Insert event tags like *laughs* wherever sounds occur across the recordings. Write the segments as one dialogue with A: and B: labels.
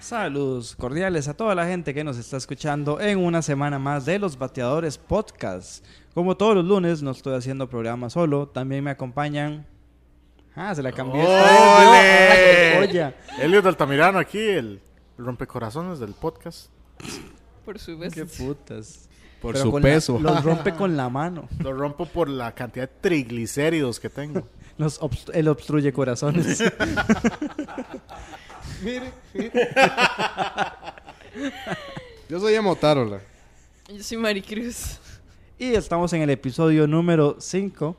A: Saludos cordiales a toda la gente que nos está escuchando en una semana más de Los Bateadores Podcast. Como todos los lunes, no estoy haciendo programa solo, también me acompañan. Ah, se la cambié. esta vez, ¿no? Ay,
B: ¡Ole! Elliot Altamirano aquí, el rompecorazones del podcast.
A: *laughs*
C: Por
A: ¡Qué
C: supuesto.
A: putas!
D: Por
A: Pero
D: su
A: con la-
D: peso.
A: los rompe con la mano.
B: Lo rompo por la cantidad de triglicéridos que tengo.
A: Los obst- el obstruye *laughs* corazones.
D: Yo soy Emotarola.
C: Yo soy Maricruz.
A: y estamos en el episodio número 5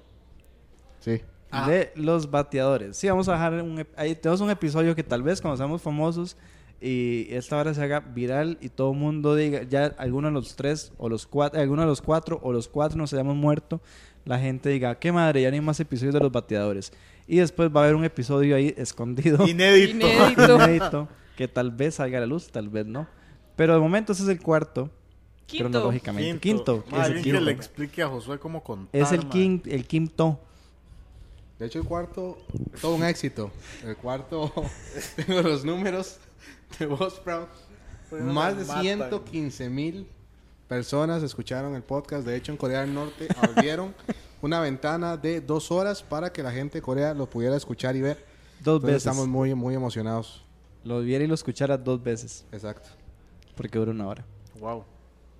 D: Sí.
B: Ah.
A: de Los Bateadores. Sí, vamos a dejar un... ep- Ahí tenemos un episodio que tal vez cuando seamos famosos y esta hora se haga viral y todo el mundo diga, ya alguno de los tres o los cuatro, alguno de los cuatro o los cuatro nos hayamos muerto, la gente diga, qué madre, ya no hay más episodios de Los Bateadores. Y después va a haber un episodio ahí escondido.
B: *laughs* Inédito.
A: *laughs* *laughs*
C: Inédito.
A: inédito, que tal vez salga a la luz, tal vez no. Pero de momento ese es el cuarto,
C: Quinto.
A: cronológicamente. Quinto,
B: Ma,
A: es el
B: alguien que le
A: quinto.
B: explique a Josué cómo contar.
A: Es el,
B: ma.
A: quin- el quinto.
D: De hecho, el cuarto, todo un éxito. El cuarto, *laughs* tengo los números de Voz Proud. Más de 115 mil personas escucharon el podcast. De hecho, en Corea del Norte *laughs* abrieron una ventana de dos horas para que la gente de Corea lo pudiera escuchar y ver.
A: Dos
D: Entonces,
A: veces.
D: estamos muy, muy emocionados.
A: Lo viera y lo escuchara dos veces,
D: Exacto.
A: porque dura una hora.
B: Wow.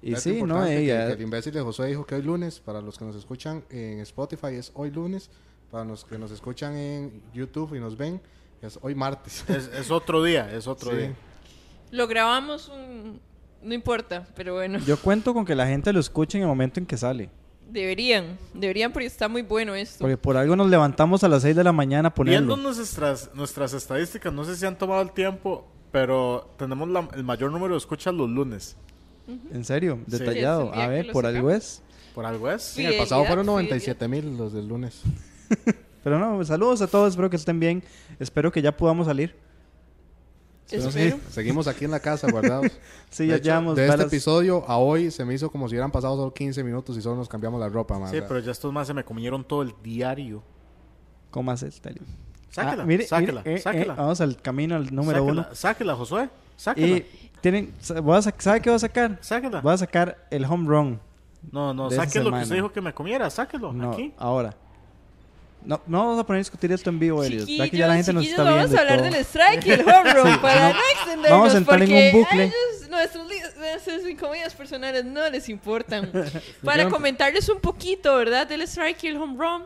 A: Y
D: Dato
A: sí, no,
D: importante
A: eh,
D: que-
A: ya-
D: que el imbécil de José dijo que hoy lunes, para los que nos escuchan en Spotify es hoy lunes, para los que nos escuchan en YouTube y nos ven es hoy martes.
B: Es, es otro día, es otro
D: Sí.
B: día.
C: Lo grabamos un... No importa, pero bueno.
A: yo cuento con que la gente lo escuche en el momento en que sale.
C: Deberían. Deberían porque está muy bueno esto.
A: Porque por algo nos levantamos a las 6 de la mañana a
B: Viendo
A: ponerlo.
B: nuestras, nuestras estadísticas, no sé si han tomado el tiempo, pero tenemos la- el mayor número de escuchas los lunes.
A: En serio,
B: Sí.
A: detallado.
C: Sí, es el
A: a
C: día que
A: ver,
C: lo
A: por algo
C: sacamos.
A: es.
B: Por algo es.
C: Sí.
D: *laughs* en el pasado
C: Fidelidad,
D: fueron
C: fidelidad.
D: 97 mil los del lunes.
A: Pero no, saludos a todos, espero que estén bien. Espero que ya podamos salir.
D: Pero sí,
C: Espero.
D: seguimos aquí en la casa guardados.
A: Sí,
D: De
A: ya
D: hecho,
A: llevamos
D: De este
A: varas-
D: episodio a hoy se me hizo como si hubieran pasado solo 15 minutos y solo nos cambiamos la ropa, man.
B: Sí, pero ya estos más se me comieron todo el diario.
A: ¿Cómo haces, Tali?
B: Sáquela,
A: Ah, mire,
B: sáquela,
A: mire, eh, eh,
B: sáquela.
A: vamos al camino al número
B: sáquela,
A: uno.
B: Sáquela, Josué. Sáquela.
A: Y tienen, sa- voy a sa- ¿sabe qué voy a sacar?
B: Sáquela.
A: Voy a sacar el home run.
B: No, no,
A: de esa
B: saque lo que
A: semana.
B: usted dijo que me comiera, sáquelo.
A: No,
B: Aquí.
A: ahora. No, no vamos a poner a discutir esto en vivo, Elliot. Ya que ya la
C: Chiquillos,
A: gente nos
C: chiquillos,
A: está
C: vamos
A: viendo.
C: a
A: y
C: hablar
A: todo.
C: del strike
A: *laughs*
C: y el home run para
A: no.
C: no, extendernos
A: Vamos a entrar en
C: porque
A: un bucle.
C: a ellos nuestros li- nuestras incomodaciones personales no
A: *laughs*
C: les importan. para comentarles un poquito, ¿verdad? Del strike y el home run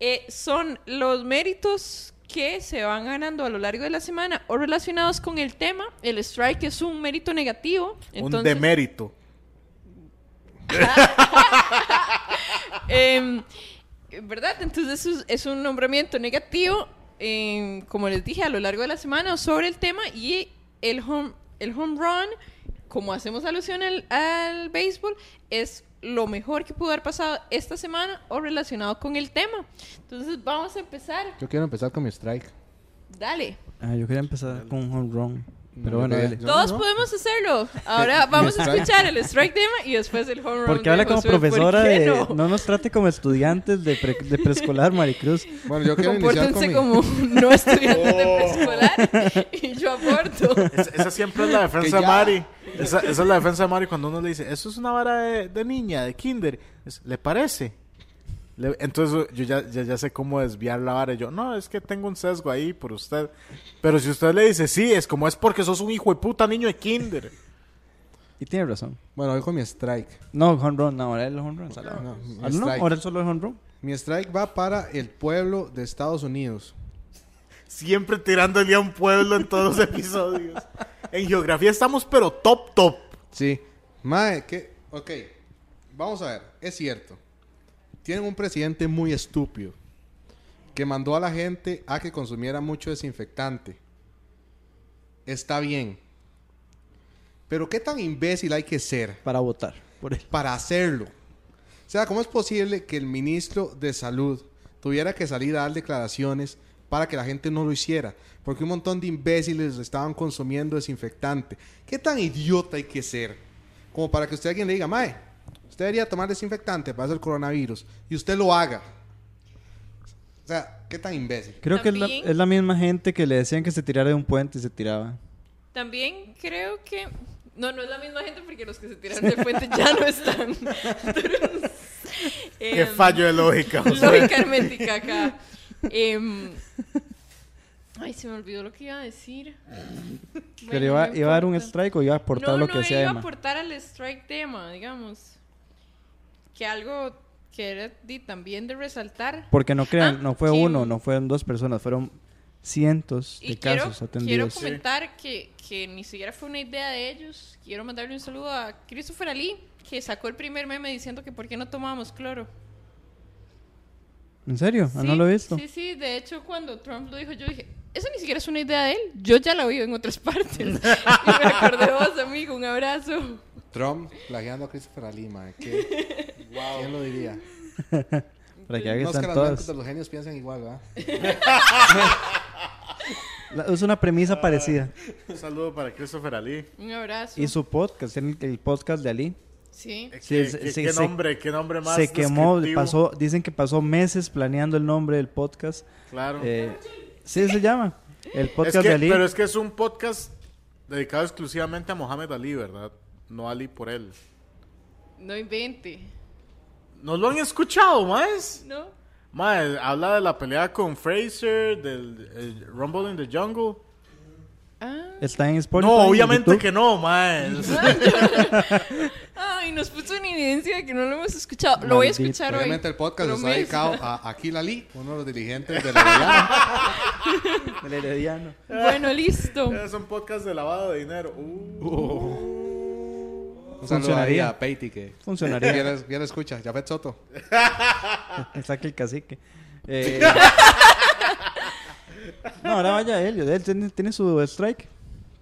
C: eh, son los méritos que se van ganando a lo largo de la semana o relacionados con el tema. El strike es un mérito negativo.
B: Un
C: Entonces,
B: demérito.
C: Em, ¿Verdad? Entonces es- es un nombramiento negativo, em, como les dije, a lo largo de la semana sobre el tema y el home, el home run, como hacemos alusión al, al béisbol, es lo mejor que pudo haber pasado esta semana o relacionado con el tema. Entonces vamos a empezar.
D: Yo quiero empezar con mi strike.
C: Dale.
A: Ah, yo quería empezar con un home run. Pero
D: No,
A: bueno,
D: yo quería-
A: dale.
D: yo-
C: Todos
D: no.
C: podemos hacerlo. Ahora vamos a
D: *laughs* strike.
C: escuchar el strike tema y después el home run.
A: Porque
C: de
A: habla como
C: Josué. ¿Por
A: profesora
C: qué
A: de.
C: no?
A: No nos trate como estudiantes de, pre- de
C: *laughs*
A: preescolar, Maricruz.
D: Bueno, yo quiero iniciar con
C: Compórtense
D: mi...
C: como no estudiantes
B: Oh.
C: de preescolar y yo aporto.
B: Es- esa siempre es
A: *laughs*
B: la defensa de
D: ya.
B: Mari. Esa, esa es la defensa de Mari cuando uno le dice, eso es una vara de, de niña, de kinder. Es, ¿Le parece? Le- entonces yo ya, ya, ya sé cómo desviar la vara. Y yo, no, es que tengo un sesgo ahí por usted. Pero si usted le dice, sí, es como es porque sos un hijo de puta niño de kinder.
A: Y tiene razón.
D: Bueno, hoy con mi strike.
A: No, home run, no, ahora el home run. salado.
D: No, no,
A: Ah, no,
D: strike.
A: ahora solo el home run.
D: Mi strike va para el pueblo de Estados Unidos.
B: Siempre tirándole a un pueblo en todos los episodios. En geografía estamos pero top, top.
D: Sí. Mae, que. Ok. Vamos a ver. Es cierto. Tienen un presidente muy estúpido que mandó a la gente a que consumiera mucho desinfectante. Está bien. Pero qué tan imbécil hay que ser
A: Para votar por él.
D: para hacerlo. O sea, ¿cómo es posible que el ministro de Salud tuviera que salir a dar declaraciones para que la gente no lo hiciera? Porque un montón de imbéciles estaban consumiendo desinfectante. ¿Qué tan idiota hay que ser? Como para que usted alguien le diga, Mae, usted debería tomar desinfectante para hacer coronavirus. Y usted lo haga. O sea, ¿qué tan imbécil?
A: Creo que es la,
C: También-
A: es la misma gente que le decían que se tirara de un puente y se tiraba.
C: También creo que. No, no es la misma gente porque los que se tiraron del puente ya no están. Entonces,
B: *laughs* Qué
C: em,
B: fallo de lógica. o sea.
C: *laughs* Lógica hermética acá. Em, ay, se me olvidó lo que iba a decir.
A: Pero
C: Bueno,
A: iba,
C: no
A: iba a dar un
C: importa.
A: strike o iba a aportar
C: no,
A: lo
C: no,
A: que
C: iba
A: sea
C: a
A: Emma.
C: aportar al strike tema, digamos. Que algo que era di, también de resaltar.
A: Porque no crean,
C: Ah,
A: no fue
C: sí.
A: uno, no fueron dos personas, fueron cientos de
C: Y quiero,
A: casos
C: quiero
A: atendidos.
C: comentar que, que ni siquiera fue una idea de ellos. Quiero mandarle un saludo a Christopher Ali, que sacó el primer meme diciendo que por qué no tomábamos cloro.
A: ¿En serio? Ah, no
C: Sí,
A: lo he visto.
C: Sí, sí, de hecho cuando Trump lo dijo yo dije, eso ni siquiera es una idea de él, yo ya la he oído en
A: *laughs*
C: otras *laughs* partes. y me acordé de vos, amigo, un abrazo.
D: Trump plagiando a Christopher Ali, mae. *laughs* ¿Qué? ¿Quién lo diría?
A: Para que hagan
D: No es que
A: están
D: las blancas
A: todas.
D: de los genios piensan igual, ¿verdad?
A: La- Es una premisa parecida.
B: Un saludo para Christopher Ali.
C: Un abrazo.
A: Y su podcast, el, el podcast de Ali,
C: Sí.
B: Eh,
A: Sí,
B: ¿Qué,
A: se-
B: qué-
A: se-
B: qué
A: se-
B: nombre, qué nombre más.
A: se quemó,
B: descriptivo.
A: pasó, dicen que pasó meses planeando el nombre del podcast.
B: Claro.
A: Eh, sí, se llama. El podcast
B: Es que-
A: de Ali.
B: Pero es que es un podcast dedicado exclusivamente a Mohamed Ali, ¿verdad? No Ali por él.
C: No invente.
B: ¿No lo han escuchado, más?
C: ¿No?
B: Más, habla de la pelea con Fraser, del el Rumble in the Jungle.
C: Ah.
A: Está en Spotify.
B: no,
A: en
B: obviamente
A: YouTube.
B: que no,
C: *laughs*
B: más.
C: Ay, nos puso en evidencia de que no lo hemos escuchado. Lo voy a
A: Maldito.
C: escuchar hoy.
D: Obviamente el podcast está
C: Prometo.
D: dedicado a Aquil Ali, uno de los dirigentes de la
C: *laughs*
D: Liga.
A: El herediano.
C: Bueno, listo.
B: *laughs* es un podcast de lavado de dinero. Uh.
D: Un saludo ahí
A: Funcionaría.
D: a Peiti que
A: Funcionaría.
D: bien, bien escucha, Jafet Soto.
A: Saque el cacique. Eh, no, ahora vaya él. Él tiene, tiene su strike.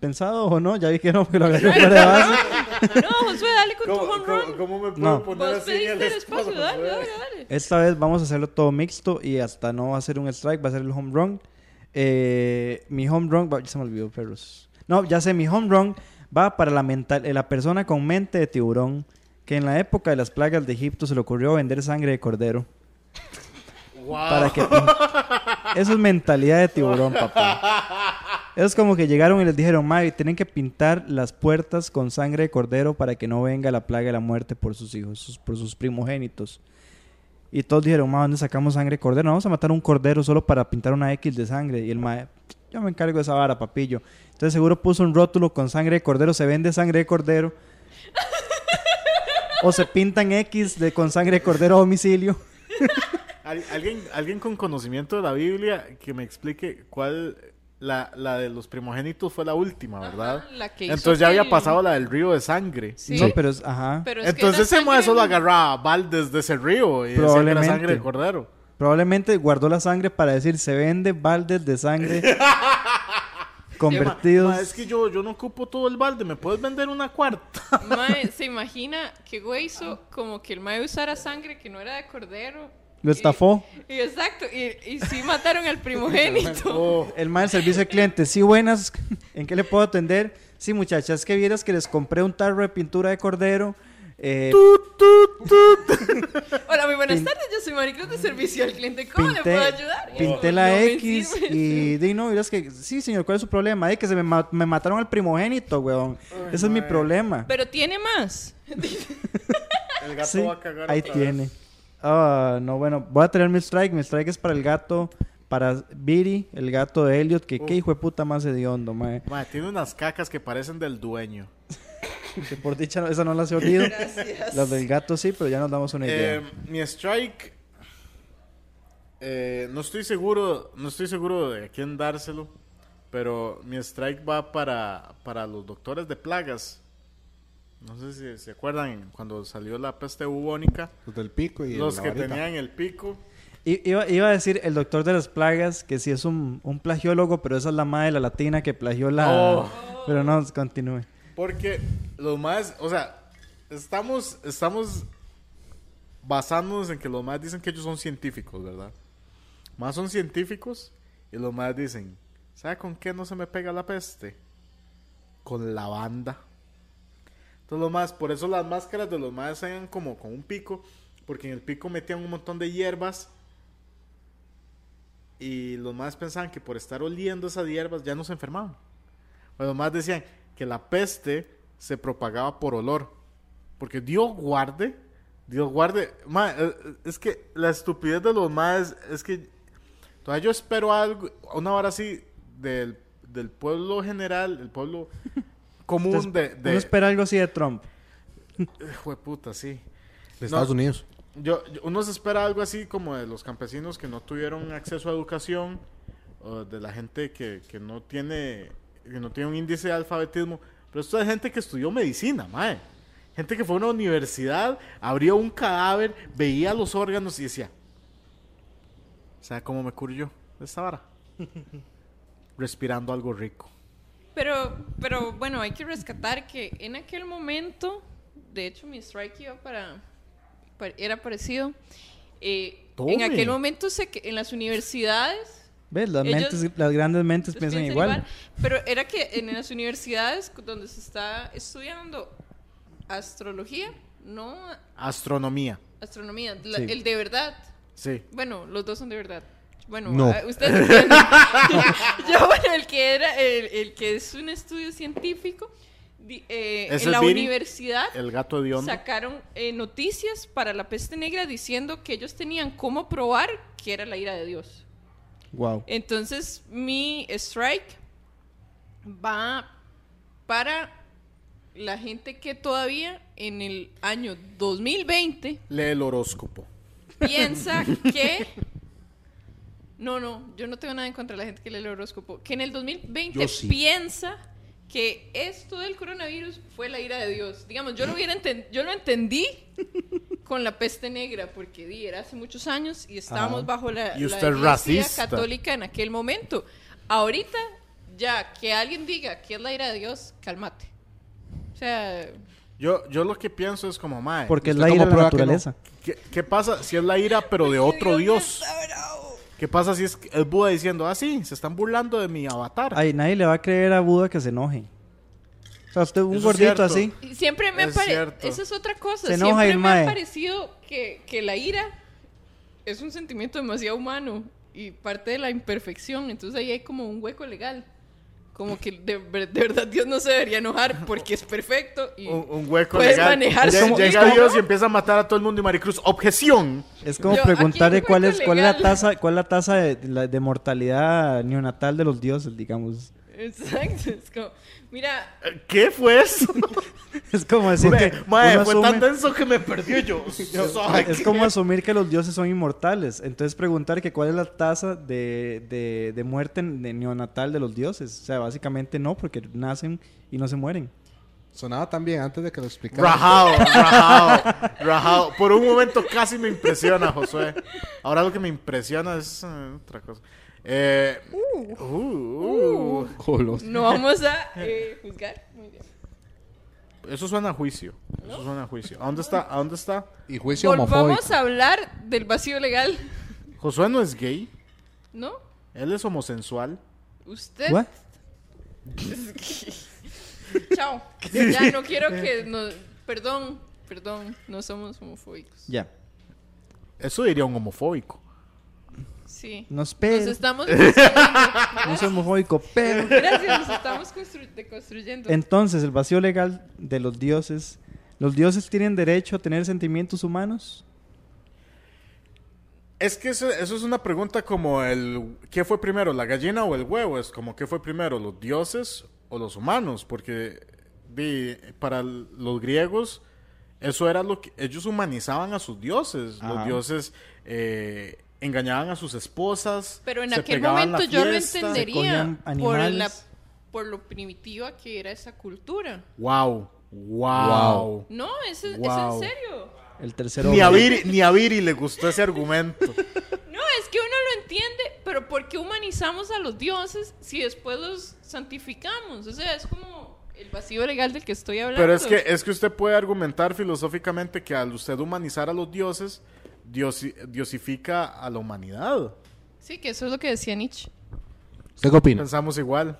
A: ¿Pensado o no? Ya dijeron que lo agarró fuera de base.
C: No, Josué, dale con tu
B: ¿Cómo,
C: home
B: cómo-
C: run.
B: cómo me puedo
A: No.
B: poner
C: Vos
B: así en
C: pediste
B: el pues?
C: el espacio, dale,
B: güey?
C: dale, dale.
A: Esta vez vamos a hacerlo todo mixto y hasta no va a ser un strike, va a ser el home run. Eh, mi home run, va- ya se me olvidó, perros. No, ya sé, mi home run va para la, mental, eh, la persona con mente de tiburón que en la época de las plagas de Egipto se le ocurrió vender sangre de cordero.
B: Wow.
A: Para que... Eso es mentalidad de tiburón, papá. Eso es como que llegaron y les dijeron, Mavi, tienen que pintar las puertas con sangre de cordero para que no venga la plaga de la muerte por sus hijos, sus- por sus primogénitos. Y todos dijeron, ma, ¿dónde sacamos sangre de cordero? Vamos a matar un cordero solo para pintar una X de sangre. Y el ma, yo me encargo de esa vara, papillo. Entonces seguro puso un rótulo con sangre de cordero, se vende sangre de cordero. o se pintan X de, con sangre de cordero a domicilio.
B: Al- alguien, alguien con conocimiento de la Biblia que me explique cuál. La, la de los primogénitos fue la última, ¿verdad?
C: Ajá, la que hizo
B: Entonces ya había
C: que-
B: pasado la del río de sangre.
C: Sí.
A: No, pero es, ajá.
C: Pero es que
B: Entonces
C: era
B: ese mae
C: sangre-
B: solo agarraba baldes de ese río y decía que era
A: Probablemente.
B: sangre de cordero.
A: Probablemente guardó la sangre para decir, se vende baldes de sangre
C: *laughs*
A: convertidos.
B: Ma, es que yo, yo no ocupo todo el balde, ¿me puedes vender una
C: *laughs*
B: cuarta?
C: Mae, se imagina que Gueizo como que el mae usara sangre que no era de cordero.
A: Lo estafó.
C: Y, y exacto, y, y sí mataron
B: *laughs*
C: al primogénito.
B: Oh,
A: El mal servicio al cliente, sí, buenas, *laughs* ¿en qué le puedo atender? Sí, muchachas, es que vieras que les compré un tarro de pintura de cordero. eh,
C: Hola, muy buenas
A: Pin-
C: tardes, yo soy Maricruz de Servicio al Cliente. ¿Cómo le
A: pinté,
C: puedo ayudar?
A: pinté
C: No,
A: la
C: no me
A: X
C: sirve.
A: y di no, vieras que sí, señor, ¿cuál es su problema? Es que se me, ma- me mataron al primogénito, weón. Ese es mi problema.
C: Pero tiene más.
B: El gato
A: Sí,
B: va a cagar.
A: ahí
B: otra
A: tiene.
B: vez.
A: Ah, no, bueno, voy a traer mi strike. Mi strike es para el gato, para Biri, el gato de Elliot, que qué hijo de puta más hediondo, mae.
B: Ma, tiene unas cacas que parecen del dueño.
A: Que por dicha, no- esa no la se olvido. Las del gato sí, pero ya nos damos una idea.
B: Eh, mi strike. eh, no estoy seguro. No estoy seguro de a quién dárselo. Pero mi strike va para, para los doctores de plagas. No sé si se acuerdan cuando salió la peste bubónica.
D: Los del pico y
B: Los
D: la
B: que
D: varita.
B: tenían el pico.
A: I- Iba, iba a decir el doctor de las plagas, que sí es un, un plagiólogo, pero esa es la madre de la latina que plagió la.
B: Oh.
A: Pero no, continúe.
B: Porque los más, o sea, estamos, estamos basándonos en que los más dicen que ellos son científicos, ¿verdad? Más son científicos y los más dicen, ¿sabe con qué no se me pega la peste? Con lavanda. Entonces los más, por eso las máscaras de los más eran como con un pico, porque en el pico metían un montón de hierbas. Y los más pensaban que por estar oliendo esas hierbas ya no se enfermaban. Bueno, Además decían que la peste se propagaba por olor. Porque Dios guarde, Dios guarde. ma, eh, eh, es que la estupidez de los más es que. Todavía yo espero algo, una hora así, del, del pueblo general, del pueblo común de.
A: Uno
B: de
A: espera algo así de Trump.
B: Jueputa, sí.
D: De Estados
B: No.
D: Unidos.
B: Yo, yo- uno se espera algo así como de los campesinos que no tuvieron acceso a educación, o de la gente que, que no tiene que no tiene un índice de alfabetismo, pero esto es gente que estudió medicina, mae. Gente que fue a una universidad, abrió un cadáver, veía los órganos y decía, ¿sabe cómo me curo yo de esta
D: *laughs*
B: vara? Respirando algo rico.
C: Pero, pero bueno, hay que rescatar que en aquel momento, de hecho mi strike iba para, para- era parecido. eh, en
B: Tome.
C: aquel momento sé que en las universidades
A: ¿Ves? Las,
C: Ellos-
A: mentes- las grandes mentes
C: Ustedes
A: piensan, igual.
C: Pero era que en las universidades cu- donde se está estudiando astrología, no
B: Astronomía.
C: astronomía, la-
A: Sí.
C: el de verdad.
B: Sí.
C: Bueno, los dos son de verdad. Bueno,
D: No.
C: ah, ustedes
B: *laughs*
C: entienden. *laughs* Yo, bueno, el que era, el, el que es un estudio científico, di- eh,
B: Ese
C: en la
B: es Viri,
C: universidad
B: El gato de Dion.
C: sacaron eh, noticias para la peste negra diciendo que ellos tenían cómo probar que era la ira de Dios.
A: Wow.
C: Entonces, mi strike va para la gente que todavía en el año 2020
B: Lee el horóscopo.
C: piensa que... No, no, yo no tengo nada en contra de la gente que lee el horóscopo. Que en el 2020
D: Yo sí.
C: piensa que esto del coronavirus fue la ira de Dios. Digamos, yo lo, hubiera enten- yo lo entendí con la peste negra, porque di, era hace muchos años y estábamos
A: Ajá.
C: bajo la,
B: Y
C: la
B: usted es
C: iglesia
B: racista.
C: católica en aquel momento. Ahorita, ya que alguien diga que es la ira de Dios, cálmate. O sea,
B: Yo, yo lo que pienso es como, mae.
A: Porque es
D: ¿Usted
A: la
D: cómo
A: ira de la
D: prueba que no?
A: naturaleza.
B: ¿Qué, qué pasa si es la ira, pero de otro Dios?
C: está bravo.
B: ¿Qué pasa si es, el Buda diciendo, ah, sí, se están burlando de mi avatar?
A: Ay, nadie le va a creer a Buda que se enoje. O sea, usted un
B: Eso es
A: gordito
B: cierto.
A: así.
C: Y Siempre me
B: Es
C: parece.
B: cierto.
C: Esa es otra cosa.
A: Se enoja
C: Siempre
A: el
C: me
A: mae.
C: ha parecido que, que la ira es un sentimiento demasiado humano y parte de la imperfección. Entonces ahí hay como un hueco legal. Como que de, ver- de verdad Dios no se debería enojar porque es perfecto. Y
B: Un, un hueco
C: Puedes
B: legal.
C: manejar
B: Lle-
C: como-
B: Llega
C: como-
B: Dios y empieza a matar a todo el mundo y Maricruz, objeción.
A: Es como
C: Yo, aquí hay
A: preguntarle
C: un
A: cuál
C: hueco
A: es, cuál es la
C: legal.
A: tasa, cuál es la tasa de, la- de mortalidad neonatal de los dioses, digamos. *laughs*
C: Exacto. Es como, mira,
B: Eh, ¿Qué fue eso?
A: *laughs* Es como decir
B: Me-
A: que
B: mae,
A: uno
B: fue
A: asume-
B: tan denso que me perdió
A: *laughs*
B: yo. Soy-
A: es como asumir que los dioses son inmortales. Entonces preguntar que cuál es la tasa de, de- de muerte de neonatal de los dioses. O sea, básicamente no, porque nacen y no se mueren.
D: Sonaba tan bien antes de que lo explicara.
B: Rajao, rajao, rajao. Por un momento casi me impresiona, Josué. Ahora lo que me impresiona es eh, otra cosa. Eh, uh, uh.
D: Colos.
C: no vamos a
B: *laughs*
C: eh, juzgar. Muy bien.
B: Eso suena a juicio. Eso suena a juicio. ¿A dónde está? ¿A dónde está?
D: Y juicio homofóbico.
C: Volvamos a hablar del vacío legal.
B: Josué no es gay.
C: ¿No?
B: Él es homosensual.
C: Usted.
A: What?
C: Chao.
B: *laughs*
C: Ya no quiero que nos. Perdón, perdón, no somos homofóbicos.
A: Ya.
B: Eso diría un homofóbico.
C: Sí. Nos
A: Nos pero.
C: estamos construyendo.
A: No soy homofóbico,
C: *laughs*
A: pero.
C: Gracias, nos estamos constru- deconstruyendo.
A: Entonces, el vacío legal de los dioses. ¿Los dioses tienen derecho a tener sentimientos humanos?
B: Es que eso, eso es una pregunta como el... ¿Qué fue primero, la gallina o el huevo? Es como, ¿qué fue primero, los dioses o los humanos? Porque di, para l- los griegos, eso era lo que... Ellos humanizaban a sus dioses.
A: Ajá.
B: Los dioses eh, engañaban a sus esposas.
C: Pero en
B: se
C: aquel
B: pegaban la
C: momento yo lo
B: fiesta.
C: entendería
A: cogían
C: por,
A: animales.
C: la, por lo primitiva que era esa cultura.
B: Wow, wow.
D: Wow.
C: No, es, es en
B: Wow.
C: serio.
A: El tercer
B: Ni, a
A: hombre.
B: Viri, ni a Viri le gustó ese argumento.
C: No, es que uno lo entiende, pero ¿por qué humanizamos a los dioses si después los santificamos? O sea, es como el vacío legal del que estoy hablando.
B: Pero es que, eh, es que usted puede argumentar filosóficamente que al usted humanizar a los dioses, diosi- diosifica a la humanidad.
C: Sí, que eso es lo que decía Nietzsche.
D: ¿Usted qué opina?
B: Pensamos igual.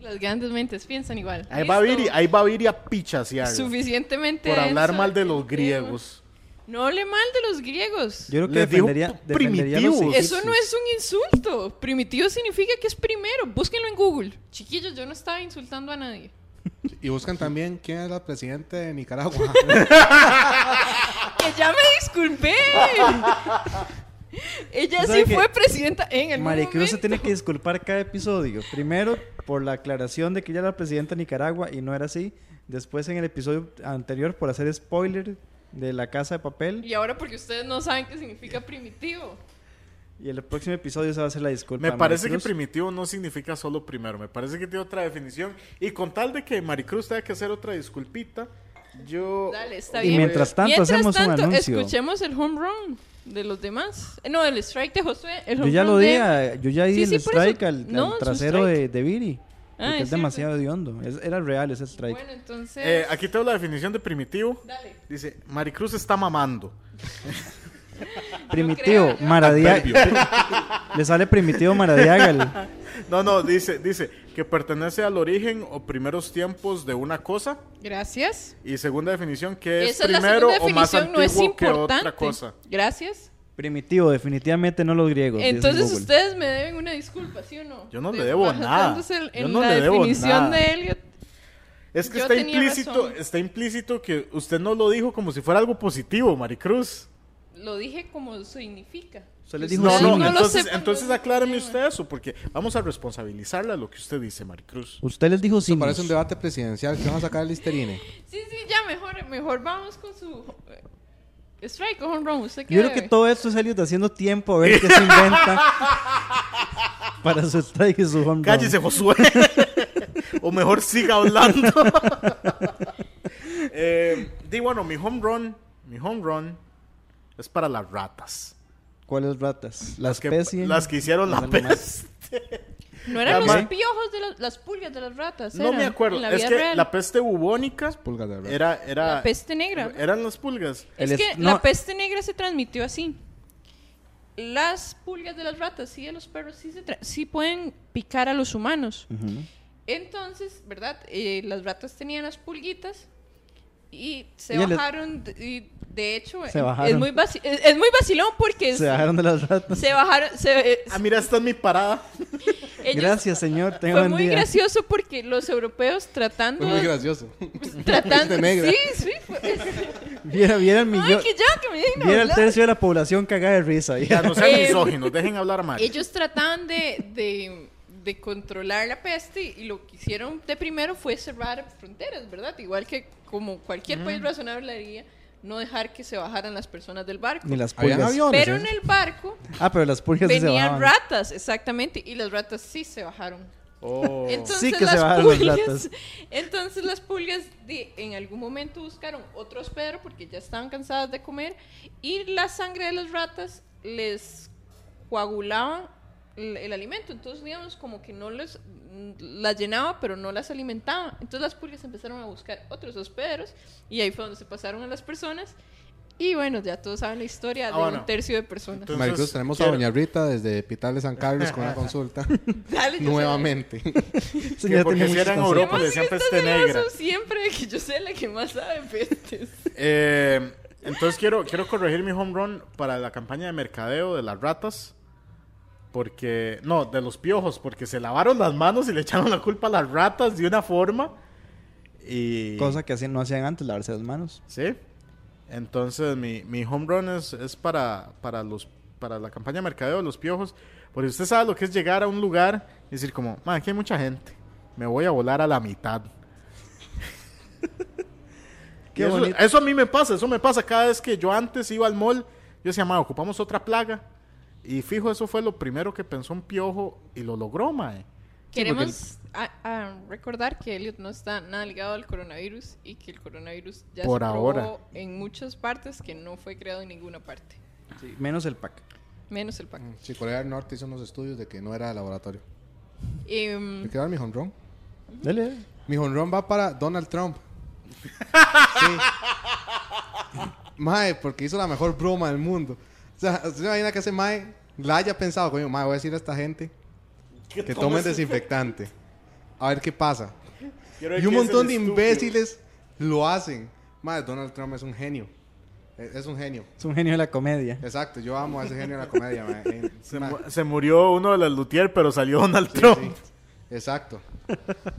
C: Las grandes mentes piensan igual.
B: Ahí va
C: Listo.
B: Viri, ahí va Viri a pichasear
C: Suficientemente
B: por hablar
C: denso
B: mal de
C: el
B: los
C: tema.
B: griegos.
C: No hable mal de los griegos.
A: Yo creo que
B: Les dijo
A: defendería,
B: p-
A: defendería a los
B: primitivos.
A: egipcios.
C: Eso no es un insulto. Primitivo significa que es primero. Búsquenlo en Google. Chiquillos, yo no estaba insultando a nadie.
D: Y buscan también quién es la presidenta de *laughs* Nicaragua.
C: Que ya
A: *laughs*
C: me disculpé. Ella
A: ¿Sabe
C: sí
A: qué?
C: fue presidenta en el
A: Maricruz se
C: momento.
A: tiene que disculpar cada episodio. Primero, por la aclaración de que ella era presidenta de Nicaragua y no era así. Después, en el episodio anterior, por hacer spoiler de La Casa de Papel.
C: Y ahora porque ustedes no saben qué significa primitivo.
A: Y el próximo episodio se va a hacer la disculpa.
B: Me
A: de
B: parece que
A: Maricruz.
B: primitivo no significa solo primero, me parece que tiene otra definición. Y con tal de que Maricruz tenga que hacer otra disculpita, yo...
C: Dale, está
A: Y
C: bien.
A: mientras tanto,
C: Mientras
A: hacemos un
C: tanto,
A: anuncio.
C: escuchemos el home run de los demás. Eh, No, el strike de Josué. El
A: Yo
C: home
A: ya
C: run
A: lo di,
C: de-
A: a- yo ya di
C: Sí,
A: el
C: sí, por eso.
A: strike al, al
C: No, es un
A: trasero
C: strike.
A: de, de Viri.
C: Ah,
A: Porque
C: es
A: es,
C: cierto.
A: demasiado de hondo. era real ese strike.
C: Bueno, entonces.
B: Eh, aquí tengo la definición de primitivo.
C: Dale.
B: Dice, Maricruz está mamando.
A: primitivo,
C: creo.
A: Maradiaga. *laughs* Le sale primitivo Maradiaga.
B: No, no, dice, dice que pertenece al origen o primeros tiempos de una cosa.
C: Gracias.
B: Y segunda definición, que es
C: Esa es la
B: primero o
C: segunda
B: más antiguo
C: definición, no es
B: que
C: importante.
B: otra cosa.
C: Gracias.
A: primitivo, definitivamente no los griegos. dice
C: Entonces
A: Google.
C: ustedes me deben una disculpa, ¿sí o no?
B: Yo no
C: De-
B: le debo nada.
C: basándose En,
B: Yo
C: en
B: no
C: la
B: le debo
C: definición
B: nada.
C: de Elliot.
B: Es que
C: Yo
B: está
C: tenía
B: implícito,
C: razón.
B: está implícito que usted no lo dijo como si fuera algo positivo, Maricruz.
C: Lo dije como significa.
A: Usted les
C: Que
A: dijo
B: No,
C: ustedes
A: simio.
B: no,
C: lo
B: entonces,
C: sepan,
B: entonces
C: no es un
B: acláreme
C: tema.
B: usted eso, porque vamos a responsabilizarla de lo que usted dice, Maricruz.
A: Usted les dijo
D: Esto
A: simios.
D: parece un debate presidencial que van a sacar el listerine.
C: Sí, sí, ya mejor, mejor vamos con su eh, strike o home run. ¿Usted qué
A: Yo creo
C: debe?
A: que todo esto es Elliot haciendo tiempo a ver qué se
B: *laughs*
A: inventa para su strike y su home run.
B: Cállese, Josué. *laughs* o mejor siga hablando. *laughs* Eh, di, bueno, mi home run, mi home run es para las ratas.
A: ¿Cuáles ratas? La
B: Las que,
A: especie.
B: las que hicieron
A: los
B: la
A: animales.
B: peste.
C: *laughs* No eran
B: Además-
C: los piojos de las, las pulgas de las ratas.
B: No
C: eran,
B: me acuerdo.
C: en la
B: Es
C: vida
B: que
C: real.
B: la peste bubónica
D: Pulgas de verdad.
B: era, era.
C: La peste negra.
B: Eran las pulgas.
A: El
C: Es
A: es-
C: que
A: no.
C: la peste negra se transmitió así. Las pulgas de las ratas y de los perros sí, se tra- sí pueden picar a los humanos.
A: Ujú.
C: Entonces, ¿verdad? Eh, las ratas tenían las pulguitas y se
A: Ella le-
C: bajaron. de- y de hecho,
A: Se
C: eh,
A: bajaron.
C: Es, muy vaci- es, es muy vacilón porque es-
A: Se bajaron de las ratas.
C: se bajaron. se- eh,
B: Ah, mira, esta es mi parada.
C: ellos-
A: Gracias, señor. Tenga
C: Fue
A: buen
C: muy
A: día.
C: gracioso porque los europeos tratando.
D: Fue
C: *laughs*
D: muy gracioso.
C: tratando
D: Peste negra.
C: Sí, sí.
A: *laughs*
C: fue-
A: Viera, viera el
C: Ay,
A: millón.
C: que ya, que me dejen
A: Viera el
C: hablar.
A: tercio de la población cagada de risa.
B: Ya no sean
C: *laughs* Eh,
B: misóginos, dejen hablar a Mario.
C: Ellos trataban de, de- de controlar la peste y lo que hicieron de primero fue cerrar fronteras, ¿verdad? Igual que como cualquier
A: Mm.
C: país razonable haría, no dejar que se bajaran las personas del barco.
A: *laughs* Ni las
D: Habían
A: pulgas.
D: aviones.
B: ¿eh?
C: Pero en el barco
A: Ah, pero las pulgas sí se
C: venían
A: bajaban.
C: ratas, exactamente, y las ratas sí se bajaron.
B: Oh.
C: Entonces,
A: Sí que se
C: las
A: bajaron las
C: pulgas,
A: ratas.
C: *laughs* Entonces las pulgas de- en algún momento buscaron otro hospedero porque ya estaban cansadas de comer y la sangre de las ratas les coagulaba el, el alimento. Entonces, digamos, como que no les mm, las llenaba, pero no las alimentaba. Entonces las pulgas empezaron a buscar otros hospederos y ahí fue donde se pasaron a las personas. Y bueno, ya todos saben la historia
B: Ah,
C: de
B: bueno.
C: un tercio de personas.
B: Entonces-
D: Maricruz, tenemos
B: quiero-
D: a Doña Rita desde Pital de San Carlos
B: *laughs*
D: con una consulta.
C: *laughs*
D: *laughs*
C: Dale, yo sé.
D: Nuevamente.
A: Sí,
B: Que
A: ya
B: porque
A: tenía
B: si
A: muchos
B: era en
A: consejos.
B: Europa
C: Además,
B: le decían
C: estas
B: peste
C: negras
B: negra.
C: son siempre *laughs* que yo sé la que más sabe pestes.
B: Eh, entonces quiero, quiero corregir mi home run para la campaña de mercadeo de las ratas. Porque, no, de los piojos, porque se lavaron las manos y le echaron la culpa a las ratas de una forma. Y...
A: Cosa que hacían, no hacían antes, lavarse las manos.
B: ¿Sí? Entonces mi, mi home run es, es para, para, los, para la campaña de mercadeo de los piojos. Porque usted sabe lo que es llegar a un lugar y decir como, man, aquí hay mucha gente. Me voy a volar a la mitad.
A: Qué
B: Y eso,
A: bonito.
B: eso a mí me pasa, eso me pasa cada vez que yo antes iba al mall. Yo decía, man, ocupamos otra plaga. Y fijo, eso fue lo primero que pensó un piojo y lo logró, eh. mae. Sí, porque
C: Queremos a- a recordar que Elliot no está nada ligado al coronavirus y que el coronavirus ya
B: Por
C: se
B: ahora.
C: probó en muchas partes que no fue creado en ninguna parte,
A: Sí, menos el pack.
C: menos el PAC.
D: Mm, Sí, Corea del Norte hizo unos estudios de que no era de laboratorio.
C: Em,
D: ¿Me quiero dar mi honrón?
A: Dale, dale.
D: Mi honrón va para Donald Trump. Sí. Mae, porque hizo la mejor broma del mundo. O sea, ¿usted se imagina que ese Mae la haya pensado? Coño, Mae, voy a decir a esta gente que tomen desinfectante. A ver qué pasa.
B: Quiero ver
D: Y un
B: quién es el
D: montón de
B: estúpido.
D: imbéciles lo hacen. Mae, Donald Trump es un genio. E, Es, es un genio.
A: Es un genio de la comedia.
D: Exacto, yo amo a ese genio de la comedia. mae. Eh,
B: Se,
D: mae,
B: mu- se murió uno de las Lutier, pero salió Donald
D: sí,
B: Trump.
D: sí. Exacto.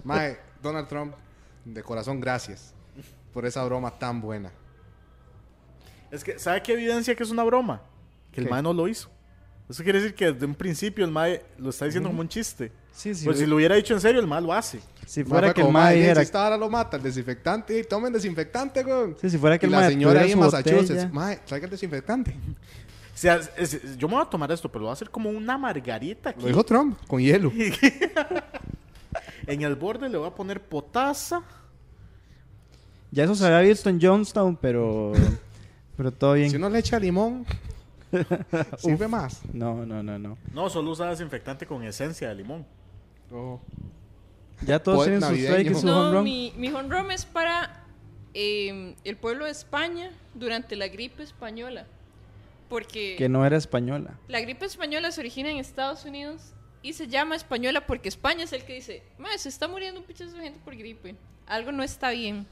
D: Mae, Donald Trump, de corazón, gracias por esa broma tan buena.
B: Es que, ¿sabe qué evidencia que es una broma? Que el
A: ¿Qué?
B: mae no lo hizo. Eso quiere decir que desde un principio el mae lo está diciendo como un chiste.
A: Sí, sí.
B: pues si lo hubiera dicho en serio, el mae lo hace.
A: Si
D: Mae,
A: fuera
D: fue
A: que el
D: como,
A: mae
D: "Mae,
A: dijera...
D: Si esta vara lo mata, el desinfectante. ey, tomen desinfectante, weón.
A: Sí, si fuera que
D: Y
A: el
D: la
A: mae
D: señora
A: tuviera
D: ahí en
A: su
D: Massachusetts,
A: botella.
D: mae, traiga el desinfectante.
B: O sea, es- es- yo me voy a tomar esto, pero lo voy a hacer como una margarita aquí.
D: Lo dijo Trump, con hielo.
B: En el borde le voy a poner potasa.
A: Ya eso se había visto en Jonestown, *laughs* pero... Pero todo bien.
D: Si uno le echa
A: *laughs*
D: limón, sirve más.
A: No, no, no, no.
B: No, solo usa desinfectante con esencia de limón.
A: Ya todos
D: Poet
A: tienen su
D: navideño.
A: strike y su home
C: No,
A: run.
C: mi, mi home run es para eh, el pueblo de España durante la gripe española. Porque
A: Que no era española.
C: la gripe española se origina en Estados Unidos y se llama española porque España es el que dice, "Mae, se está muriendo un pichazo de gente por gripe. Algo no está bien.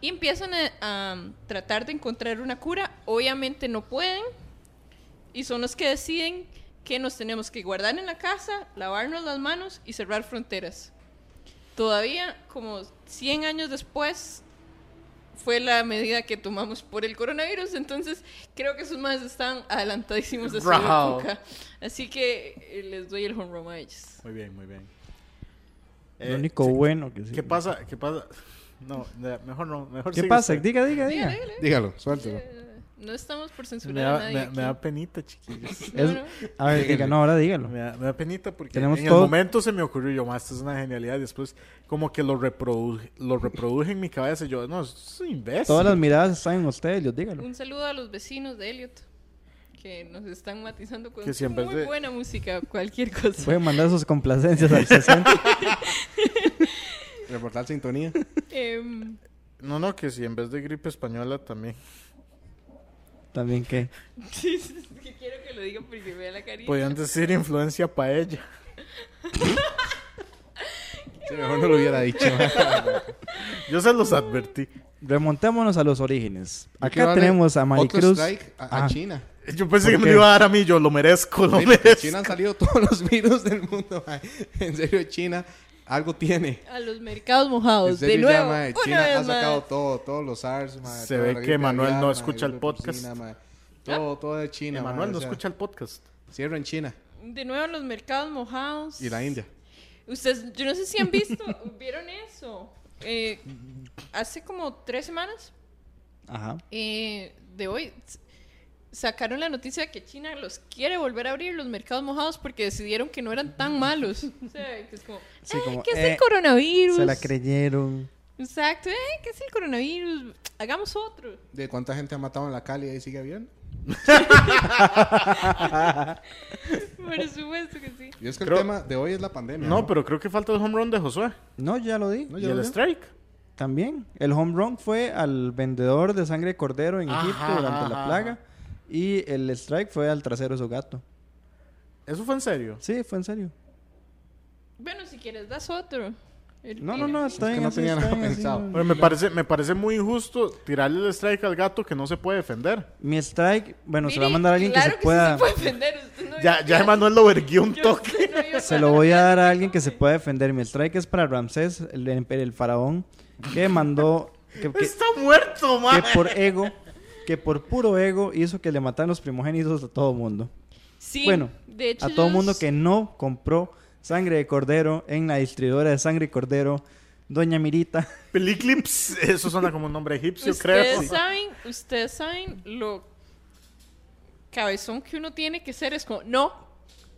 C: Y empiezan a, a tratar de encontrar una cura. Obviamente no pueden. Y son los que deciden que nos tenemos que guardar en la casa, lavarnos las manos y cerrar fronteras. Todavía, como 100 años después, fue la medida que tomamos por el coronavirus. Entonces, creo que esos más están adelantadísimos de su
B: Bravo.
C: época. Así que eh, les doy el home run a ellos.
B: Muy bien, muy bien.
A: lo
B: Eh,
A: único
B: sí,
A: bueno que sí.
B: ¿Qué pasa? ¿Qué pasa? No, de- mejor no. Mejor
A: ¿Qué
B: sigue
A: pasa?
B: usted.
A: Diga, diga, diga.
C: Dígale, dígale.
D: Dígalo, suéltelo.
C: Eh, No estamos por
B: Me
C: censurar a
B: da,
C: nadie.
B: me- me da
C: aquí.
B: penita, chiquillos.
C: No,
A: Es-
C: no.
A: A ver, diga, no, ahora dígalo.
B: Me da, me da penita porque
A: Tenemos
B: en
A: todo-
B: el momento se me ocurrió yo, más, esto es una genialidad. y Después, como que lo reproduje, lo reproduje en mi cabeza. y Yo, no, es un imbécil.
A: Todas las miradas están en ustedes, Dios, dígalo.
C: Un saludo a los vecinos de Elliot que nos están matizando con
B: Que si en vez
C: muy
B: de-
C: buena música, cualquier cosa.
A: Pueden mandar sus complacencias al 60. *laughs*
D: Reportar sintonía.
C: Em, *laughs*
B: No, no, que si en vez de gripe española también.
A: También que.
C: sí, sí, es que quiero que lo digan porque vea la carita.
B: Podían decir influencia paella.
D: Si mejor no lo hubiera dicho.
B: Yo se los advertí.
A: Remontémonos a los orígenes.
D: Quiero
A: Acá
D: darle
A: tenemos a
D: Otro
A: Maricruz. Ah.
D: strike a, a
A: Ajá.
D: China.
B: Yo pensé que
A: ¿Por
B: me
A: qué?
B: lo iba a dar a mí. Yo lo merezco, lo
D: Mira, de China
B: merezco.
D: han salido todos *laughs* los virus del mundo. mae. En serio, China algo tiene.
C: A los mercados
D: En
C: mojados, de
D: serio, ya,
C: nuevo.
D: mae,
C: una
D: China
C: vez
D: ha sacado
C: más.
D: todo, todos los SARS. mae,
B: Se
D: toda
B: ve
D: la
B: que
D: gripe
B: Manuel no
D: mae,
B: escucha el
D: gripe porcina,
B: podcast.
D: mae. Todo, todo de China. mae,
B: Manuel no
D: o sea,
B: escucha el podcast.
D: Cierro en China
C: De nuevo los mercados mojados.
D: y la India.
C: Ustedes, yo no sé si han visto, *laughs* vieron eso. Eh, hace como tres semanas
A: Ajá.
C: eh, de hoy s- sacaron la noticia de que China los quiere volver a abrir los mercados mojados porque decidieron que no eran
A: *laughs*
C: tan malos. O sea, que es como,
A: Sí,
C: "Ay,
A: como,
C: ¿qué es
A: eh,
C: el coronavirus?
A: Se la creyeron.
C: Exacto, "Ay, ¿qué es el coronavirus? Hagamos otro. *laughs*
D: ¿De cuánta gente ha matado en la calle y ahí sigue bien?
C: Por supuesto que sí.
D: Y es que
B: Creo-
D: el tema de hoy es la pandemia.
B: No, pero creo que falta el home run de Josué.
A: No, ya lo di.
D: No,
B: Y
D: ya lo
B: el
D: vi.
B: strike.
A: También. El home run fue al vendedor de sangre de cordero en
B: Ajá,
A: Egipto durante
B: ajá,
A: la plaga. Y el strike fue al trasero de su gato.
B: Eso fue en serio.
A: Sí, fue en serio.
C: Bueno, si quieres, das otro. El-
A: No, no, no, está
D: que
A: bien.
D: no
A: así,
D: tenía
A: está
D: nada
A: bien, así,
D: pensado.
A: no, no.
B: Pero me parece, me parece muy injusto tirarle el strike al gato que no se puede defender.
A: Mi strike, bueno, se lo va a
C: Miri,
A: mandar a alguien
C: claro
A: que se pueda.
C: sí se puede defender, usted no
B: Ya,
C: vio
B: ya
C: que-
B: Emanuel lo verguió un
C: yo
B: toque.
C: usted no vio
A: *laughs* Se
C: nada.
A: lo voy a dar a alguien que se pueda defender. Mi strike es para Ramsés, el, empe- el faraón, que mandó. Que, que-
B: Está muerto, man.
A: que por ego, que por puro ego hizo que le mataran los primogénitos a todo mundo.
C: Sí,
A: bueno,
C: de hecho,
A: a todo
C: los-
A: mundo que no compró sangre de cordero en la distribuidora de sangre y cordero, Doña Mirita.
B: Peliclips. Eso suena como un nombre egipcio, creo.
C: Ustedes saben, ustedes saben lo cabezón que uno tiene que ser. Es como, no,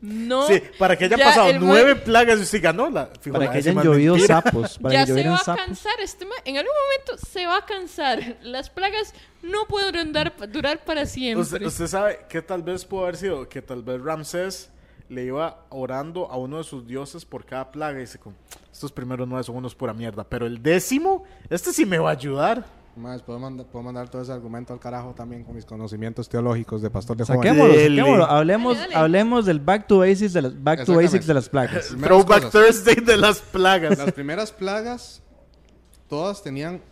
C: no.
B: Sí, para que haya
C: ya
B: pasado
C: el
B: nueve
C: mae
B: plagas y usted ganó la. fijo,
A: Para
B: la
A: que
B: décima
A: hayan llovido
B: mentira.
A: sapos. Para
C: Ya
A: que
C: se
A: llovieran
C: va a
A: sapos.
C: cansar este mae, En algún momento se va a cansar. Las plagas no pueden durar, durar para siempre.
B: Usted, usted sabe que tal vez pudo haber sido que tal vez Ramsés le iba orando a uno de sus dioses por cada plaga y dice como, estos primeros nueve son unos pura mierda, pero el décimo, este sí me va a ayudar.
D: Más, puedo, mandar, puedo mandar todo ese argumento al carajo también con mis conocimientos teológicos de pastor de jóvenes.
A: Saquémoslo,
B: Dele.
A: saquémoslo. Hablemos,
C: Dale, dale.
A: hablemos del back to basics de las, back to
D: Exactamente.
A: basics de las plagas.
D: Primeras
B: Throwback
D: cosas.
B: Thursday de las plagas.
D: *laughs* Las primeras plagas, todas tenían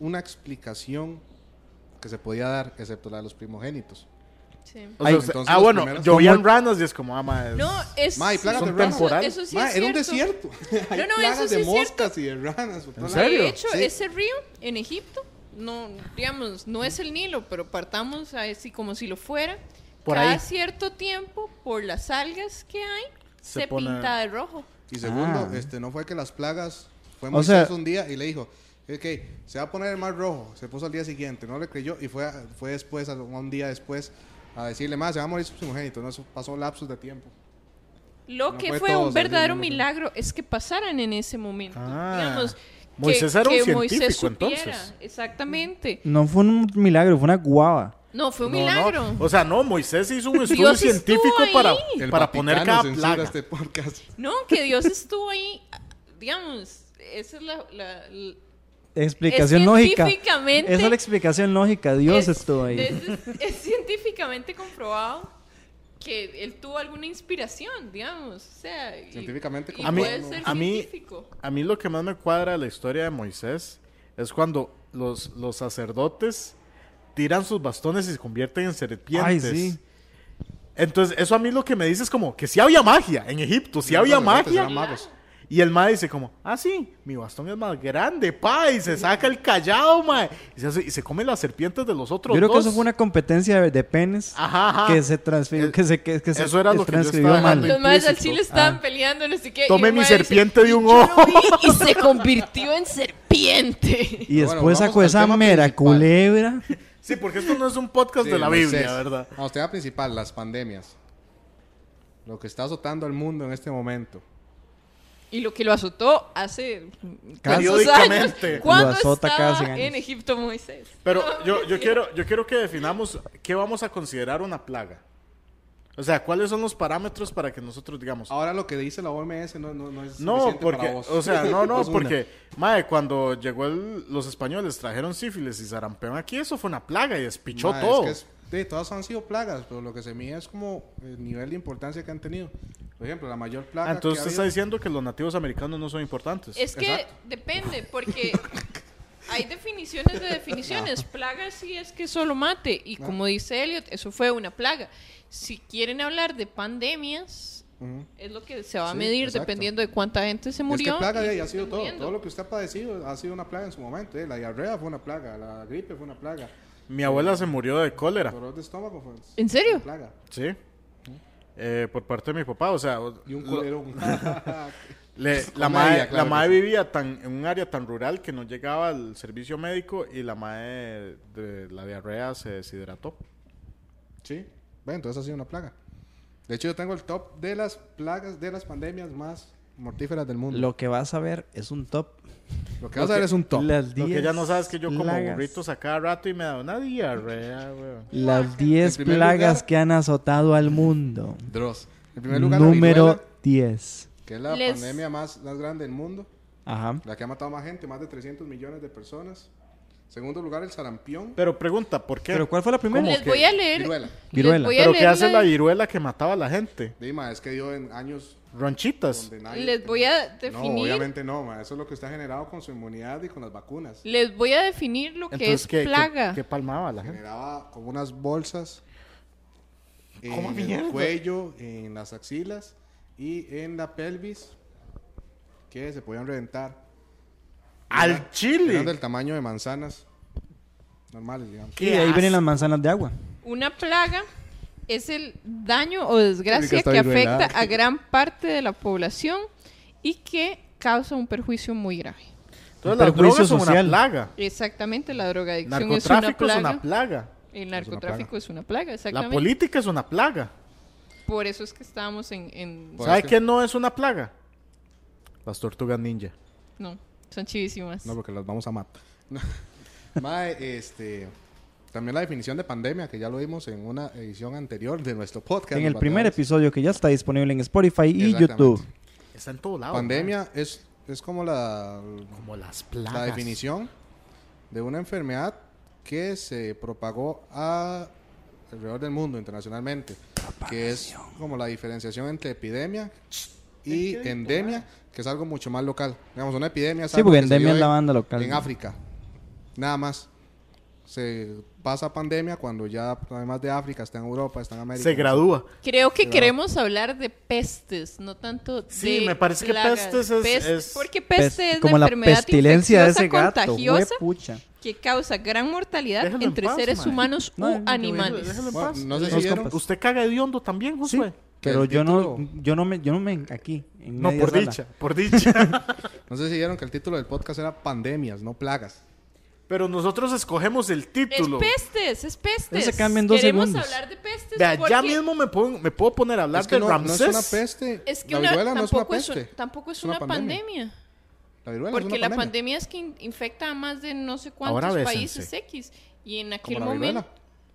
D: una explicación que se podía dar, excepto la de los primogénitos.
C: Sí.
B: O
D: Ay,
B: sea, usted-
D: entonces
B: ah,
D: los
B: bueno,
D: primeros-
B: llovían ranas y es como, ah, mae, es-
C: No, es.
D: Ma, y plagas
B: Son
D: de ranas.
C: eso,
B: temporales.
C: eso sí
D: Ma,
C: es
D: era un
C: cierto. *laughs*
D: desierto. *laughs* Hay
C: No, no,
D: plagas
C: eso sí
D: de
C: es
D: moscas y de ranas. por todas
B: ¿En serio?
C: De hecho,
D: Sí.
C: ese río en Egipto, no, digamos, no es el Nilo, pero partamos así como si lo fuera.
B: Por
C: cada
B: ahí.
C: cierto tiempo, por las algas que hay,
B: Se
C: se,
B: pone-
C: pinta de rojo.
D: Y segundo,
A: Ah.
D: este, no fue que las plagas. Fue
A: O
D: Moisés
A: sea-
D: un día y le dijo: Ok, se va a poner el mar rojo. Se puso al día siguiente, no le creyó y fue, a- fue después, a- un día después, a decirle: Más, se va a morir su primogénito. No, eso pasó lapsos de tiempo.
C: Lo
D: No
C: que
D: fue
C: fue,
D: todo, o
C: un
D: sea,
C: verdadero
D: yo no-
C: milagro es que pasaran en ese momento.
B: Ah.
C: digamos, que-
B: Moisés era un
C: que
B: científico,
C: Moisés supiera.
B: entonces.
C: Exactamente.
A: No fue un milagro, fue una guava.
C: No, fue un
B: No, no.
C: milagro.
B: O sea, no,
A: *laughs*
B: Moisés hizo un estudio
C: Dios
B: científico
C: estuvo ahí.
B: para,
D: El
B: para
D: Vaticano
B: poner cada
D: censura
B: plaga.
D: este podcast.
C: No, que Dios estuvo ahí. Digamos, esa es la- la- la
A: Explicación
C: Es
A: lógica.
C: científicamente-
A: Esa es la explicación lógica. Dios
C: Es-
A: estuvo ahí.
C: Es, es científicamente comprobado que él tuvo alguna inspiración, digamos. O sea, y-
D: Científicamente
C: y,
B: A mí-
C: puede ser
B: a mí-
C: científico.
B: A mí lo que más me cuadra de la historia de Moisés es cuando los, los sacerdotes tiran sus bastones y se convierten en
A: Ay,
B: serpientes.
A: sí.
B: Entonces, eso a mí lo que me dice es como que si había magia en Egipto, si había
D: Los sacerdotes
B: magia.
D: eran magos.
B: Y el mae dice como, ah, sí, mi bastón es más grande, pa, y se saca el callado, mae. Y se, hace- y se come las serpientes de los
A: Yo
B: otros
A: creo que
B: dos.
A: eso fue una competencia de, de penes
B: Ajá, ajá.
A: que se transfirió, que se, que, que se
B: Eh, Eso era lo que yo
A: transcribió
B: estaba
A: mal.
B: dejando
C: Los más al
B: implícito.
C: chile estaban peleando, no sé qué. y
B: Tome
A: Eh,
B: Ah. mi
C: un mae
B: serpiente de un
C: "Yo lo
B: ojo". *laughs*
C: vi", Y se convirtió en serpiente.
A: Y
D: Bueno,
A: después
D: vamos
A: sacó
D: al
A: esa
D: tema
A: mera
D: principal.
A: culebra.
B: Sí, porque esto no es un podcast
D: Sí,
B: de la
D: Moisés.
B: Biblia, ¿verdad?
D: Vamos, tema principal, las pandemias. Lo que está azotando al mundo en este momento.
C: Y lo que lo azotó hace cuántos años.
B: Periódicamente.
C: ¿Cuándo
A: Lo azota
C: estaba
A: cada cien años.
C: en Egipto Moisés?
B: Pero yo, yo, quiero, yo quiero que definamos qué vamos a considerar una plaga. O sea, ¿cuáles son los parámetros para que nosotros digamos?
D: Ahora lo que dice la OMS no, no, no es
B: No,
D: Ah, suficiente
B: porque,
D: para vos.
B: o sea,
D: *laughs*
B: no, no,
D: Vos una.
B: porque, mae, cuando llegó el- los españoles, trajeron sífilis y sarampión aquí, eso fue una plaga y despichó
D: Ma,
B: todo.
D: Es que es- sí, todas han sido plagas, pero lo que se mide es como el nivel de importancia que han tenido. Por ejemplo, la mayor
B: Ah,
D: plaga.
B: entonces usted
D: que ha
B: está
D: habido-
B: diciendo que los nativos americanos no son importantes.
C: Es que
D: Exacto.
C: depende,
D: *laughs*
C: porque hay definiciones de definiciones. Plaga sí es que solo mate, y como dice Elliot, eso fue una plaga. Si quieren hablar de pandemias,
D: Ujú.
C: es lo que se va a
D: Sí,
C: medir
D: exacto.
C: dependiendo de cuánta gente se
D: Es
C: murió.
D: que plaga
C: y
D: de
C: se
D: ha sido
C: están
D: todo.
C: muriendo.
D: Todo lo que usted ha padecido ha sido una plaga en su momento. eh. La diarrea fue una plaga, la gripe fue una plaga,
B: Mi abuela se murió de
D: el
B: cólera,
D: dolor de estómago fue
C: ¿En serio?
D: una plaga.
B: ¿sí? Eh, por parte de mi papá, o sea, o-
D: Y un Ah,
B: lo- *laughs*
D: *laughs* colerón.
B: Le- la
D: Comedia,
B: madre,
D: claro que sí.
B: vivía tan, en un área tan rural que no llegaba al servicio médico y la madre de la diarrea se deshidrató.
D: Sí. Bueno, entonces ha sido una plaga. De hecho, yo tengo el top de las plagas, de las pandemias más mortíferas del mundo. Lo,
A: Lo que vas a ver es un top.
D: que vas a ver es un top.
A: Las
B: Lo que
A: 10
B: ya no sabes que yo como
A: plagas.
B: burritos a cada rato y me da una diarrea, weón.
A: Las 10
D: primer
A: plagas
D: lugar-
A: que han azotado al mundo.
D: Dross. En primer lugar, la
A: Número
D: viruela,
A: 10.
D: que es la
C: Les-
D: pandemia más, más grande del mundo,
A: Ajá.
D: la que ha matado más gente, más de 300 millones de personas. Segundo lugar, el sarampión.
B: Pero pregunta, ¿por qué?
A: ¿Pero cuál fue la primera?
B: ¿Cómo?
C: Pues Les
B: que
C: voy a leer.
D: viruela.
A: Viruela.
C: Les voy a
B: ¿Pero qué
C: leer
B: hace
C: la-
B: la viruela que mataba a la gente?
D: Dima, es que dio en años
B: Ronchitas.
D: donde nadie...
C: Les voy a
D: No,
C: definir-
D: obviamente no, ma. Eso es lo que está generado con su inmunidad y con las vacunas.
C: Les voy a definir lo que
B: Entonces,
C: es
B: ¿qué, qué-
C: plaga.
B: qué palmaba la gente?
D: Generaba como unas bolsas
B: ¿Cómo
D: en
B: mierda?
D: el cuello, en las axilas y en la pelvis que se podían reventar.
B: ¡Al
D: Eran
B: chile!
D: del tamaño de manzanas normales, digamos.
A: Y de ahí vienen las manzanas de agua.
C: Una plaga es el daño o desgracia
D: está
C: que
D: viruelada.
C: afecta a gran parte de la población y que causa un perjuicio muy grave.
B: Entonces las
A: Perjuicio
B: drogas son una
A: social.
B: plaga.
C: Exactamente, la drogadicción es una
B: Narcotráfico es
C: plaga.
B: una plaga.
C: el narcotráfico es una plaga,
B: La
C: exactamente.
B: política es una plaga.
C: Por eso es que estábamos en... en-
D: Por-
B: ¿Sabe
D: eso.
B: qué no es una plaga? Las tortugas ninja.
C: No, son chivísimas.
D: No, porque las vamos a matar. *laughs* Mae, este. También la definición de pandemia, que ya lo vimos en una edición anterior de nuestro podcast.
A: En
D: Los
A: el primer
D: Bateadores.
A: episodio que ya está disponible en Spotify y
D: Exactamente.
A: YouTube.
B: Está en todo lado.
D: Pandemia es, es como la,
B: mae. Como las
D: la
B: plagas.
D: definición de una enfermedad que se propagó a alrededor del mundo internacionalmente, que es como la diferenciación entre epidemia y endemia, que es algo mucho más local. Digamos, una epidemia es
A: Sí,
D: algo
A: porque
D: que se
A: endemia
D: dio
A: es la
D: en-
A: banda local.
D: En África, nada más. se pasa pandemia cuando ya, además de África, está en Europa, está en América.
B: Se gradúa.
C: Creo que queremos hablar de pestes, no tanto de
B: Sí, me parece que
C: plagas.
B: pestes es-
C: Pest-
B: es-
C: porque peste
A: Pes-
C: es
A: como
C: la
A: la
C: enfermedad
A: pestilencia de
C: infecciosa
A: ese gato.
C: contagiosa
A: Pucha.
C: que causa gran mortalidad
B: Déjalo en
C: entre
B: paz,
C: seres
B: mae.
C: humanos
A: No,
C: u
A: déjalo-
C: animales.
B: Déjalo en
D: Bueno,
B: paz.
D: no sé si
A: Los
D: vieron.
A: compas.
B: Usted caga de hondo también, Josué.
A: Pero
D: El
A: yo no,
D: título-
A: yo no me, yo no me aquí. en
B: No,
A: media
B: por
A: sala.
B: dicha, por dicha. *laughs*
D: No sé si vieron que el título del podcast era Pandemias, no plagas.
B: Pero nosotros escogemos el
C: Es
B: título.
C: pestes, es pestes.
A: Eso se cambia en dos
C: Queremos
A: segundos.
C: hablar de pestes
B: Vea, ya
C: porque
B: mismo me puedo, me puedo poner a hablar
D: Es que
B: de
D: no, no
B: Ramsés.
D: es una peste.
C: es que
D: la
C: una,
D: viruela no es una
C: tampoco, es
D: peste.
C: un- tampoco es una, pandemia.
D: La viruela
C: Porque
D: es una
C: la
D: pandemia.
C: pandemia es que in- infecta a más de no sé cuántos
B: Ahora bésense.
C: países X. Y en aquel
D: la
C: momento...
D: viruela.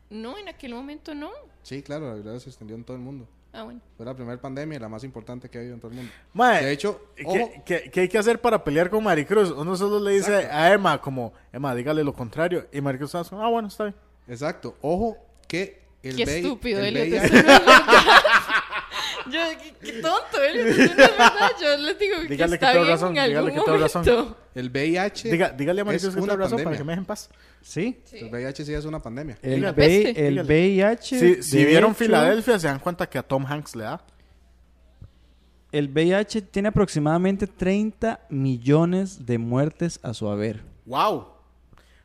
C: No, en aquel momento no.
D: Sí, claro, la viruela se extendió en todo el mundo.
C: Ah, bueno.
D: Fue la primera pandemia y la más importante que ha habido en todo el mundo.
B: Mae,
D: De hecho, ojo.
B: ¿qué, qué, qué hay que hacer para pelear con Maricruz? Uno solo le dice a Emma, como, Emma, dígale lo contrario. Y Maricruz está como, ah, bueno, está bien.
D: Exacto. Ojo que el
C: Qué
D: VI
C: estúpido,
D: el
C: Elliot.
D: VIH
C: eso
D: *laughs*
C: no es verdad. Yo, qué, qué tonto, Elliot. Eso no es verdad. Yo les digo que
B: Dígale que
C: está
B: tengo
C: bien
B: razón,
C: en algún
B: dígale que tengo razón.
C: momento.
D: El VIH
B: Diga- dígale a Maricruz
D: es
B: que
D: una
B: tengo razón para que me Eh,
D: pandemia.
B: dejen paz.
A: Sí.
D: El VIH sí es una pandemia.
A: El,
B: Dígale.
A: VI
C: Peste.
A: el
B: Dígale.
A: VIH.
B: Si, si
A: de
B: vieron
A: hecho,
B: Filadelfia, se dan cuenta que a Tom Hanks le da.
A: El VIH tiene aproximadamente 30 millones de muertes a su haber.
B: ¡Wow!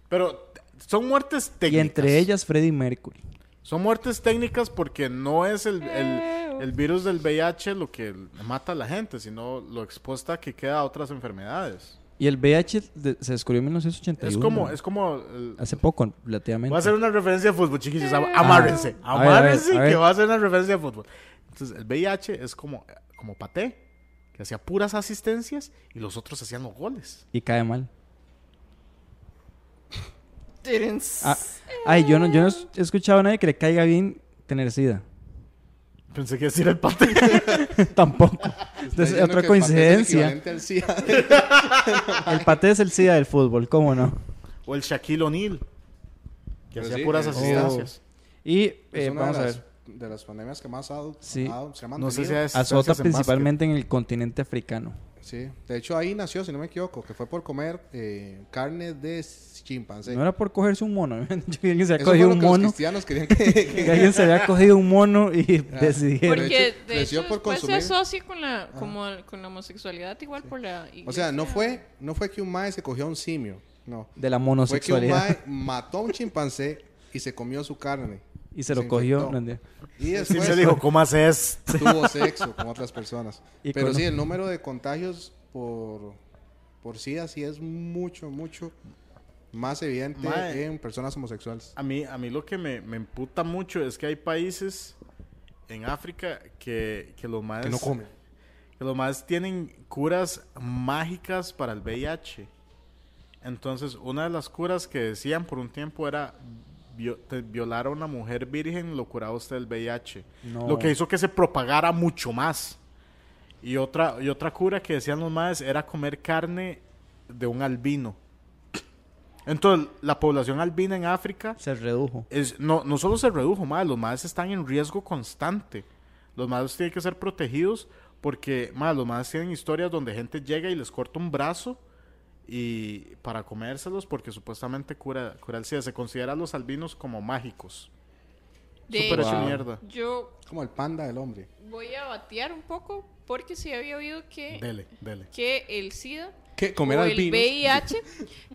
B: Pero son muertes técnicas.
A: Y entre ellas Freddie Mercury.
B: Son muertes técnicas porque no es el, el- el virus del VIH lo que mata a la gente, sino lo expuesta que queda a otras enfermedades.
A: Y el VIH de- se descubrió en 1981.
B: Es como, es como el-
A: Hace poco, relativamente.
B: Voy a hacer una referencia a fútbol, chiquillos. am- Amárrense.
A: Eh. A ver, a ver,
B: Amárrense
A: a ver.
B: que va a hacer una referencia a fútbol. Entonces, el VIH es como, como Paté, que hacía puras asistencias y los otros hacían los goles.
A: Y cae mal.
C: Terence.
A: Ah, ay, yo no, yo no he escuchado a nadie que le caiga bien tener sida. *laughs*
B: Pensé que decir el Paté.
D: *laughs*
A: Tampoco.
D: Está
A: Entonces,
D: diciendo
A: otra
D: que el paté es el
A: coincidencia.
D: equivalente
B: *laughs*
D: al SIDA.
B: Eh,
A: El paté es el SIDA del fútbol, ¿cómo no?
B: o el Shaquille O'Neal, que hacía
D: Pero Pues sí, eh, oh.
B: puras
D: es-
B: asistencias.
A: Y
D: Es
A: eh,
D: una
A: vamos
D: de
A: a
D: las,
A: ver.
D: de las pandemias que más ha,
A: Sí.
D: ha- se ha
B: No sé si
D: mantenido.
B: hay
A: Azota
B: asistencias en
A: principalmente en el continente africano.
D: Sí. De hecho, ahí nació, si no me equivoco, que fue por comer eh, carne de chimpancé.
A: No era por cogerse un mono. *laughs* Yo que alguien se había
D: Eso fue
A: cogido
D: lo
A: un
D: que los
A: mono.
D: cristianos Ah. querían que... que-
A: Que alguien se había cogido un mono y
D: *laughs* de
A: decidieron.
C: Porque
D: hecho,
C: de
D: les
C: hecho,
D: dio por
C: después se
D: consumir. Ah.
C: asocia con la, como al- con la homosexualidad igual por la
D: o sea, no
C: iglesia.
D: fue, no fue que un mae se cogió a un simio. No.
A: De la
D: Fue que un
A: monosexualidad.
D: mae mató a un chimpancé y se comió su carne.
A: Y se
D: Se
A: lo cogió.
D: infectó.
A: no,
D: Y
B: Sí,
D: después
B: se dijo, ¿cómo haces?
D: tuvo sexo con otras personas.
A: *laughs* Y
D: Pero
A: con-
D: sí, el número de contagios por, por SIDA sí es mucho, mucho más evidente
B: Mae.
D: en personas homosexuales.
B: A mí, a mí lo que me, me emputa mucho es que hay países en África que, que los más...
D: Que no comen.
B: que los más tienen curas mágicas para el VIH. Entonces, una de las curas que decían por un tiempo era vio- te- violar a una mujer virgen, lo curaba usted del VIH.
A: No.
B: Lo que hizo que se propagara mucho más. Y otra, y otra cura que decían los más era comer carne de un albino. Entonces, la población albina en África
A: Se redujo.
B: es- no, no solo se redujo, madre, los madres están en riesgo constante. Los madres tienen que ser protegidos porque, madre, los madres tienen historias donde gente llega y les corta un brazo y para comérselos porque supuestamente cura, cura el SIDA. Se considera a los albinos como mágicos.
C: De
B: Súper hecho
C: hecho,
B: mierda.
C: yo
D: Como el panda del hombre.
C: voy a batear un poco porque sí había oído que,
B: Dele, dele.
C: que el SIDA
D: que
C: o el
D: *laughs*
C: VIH.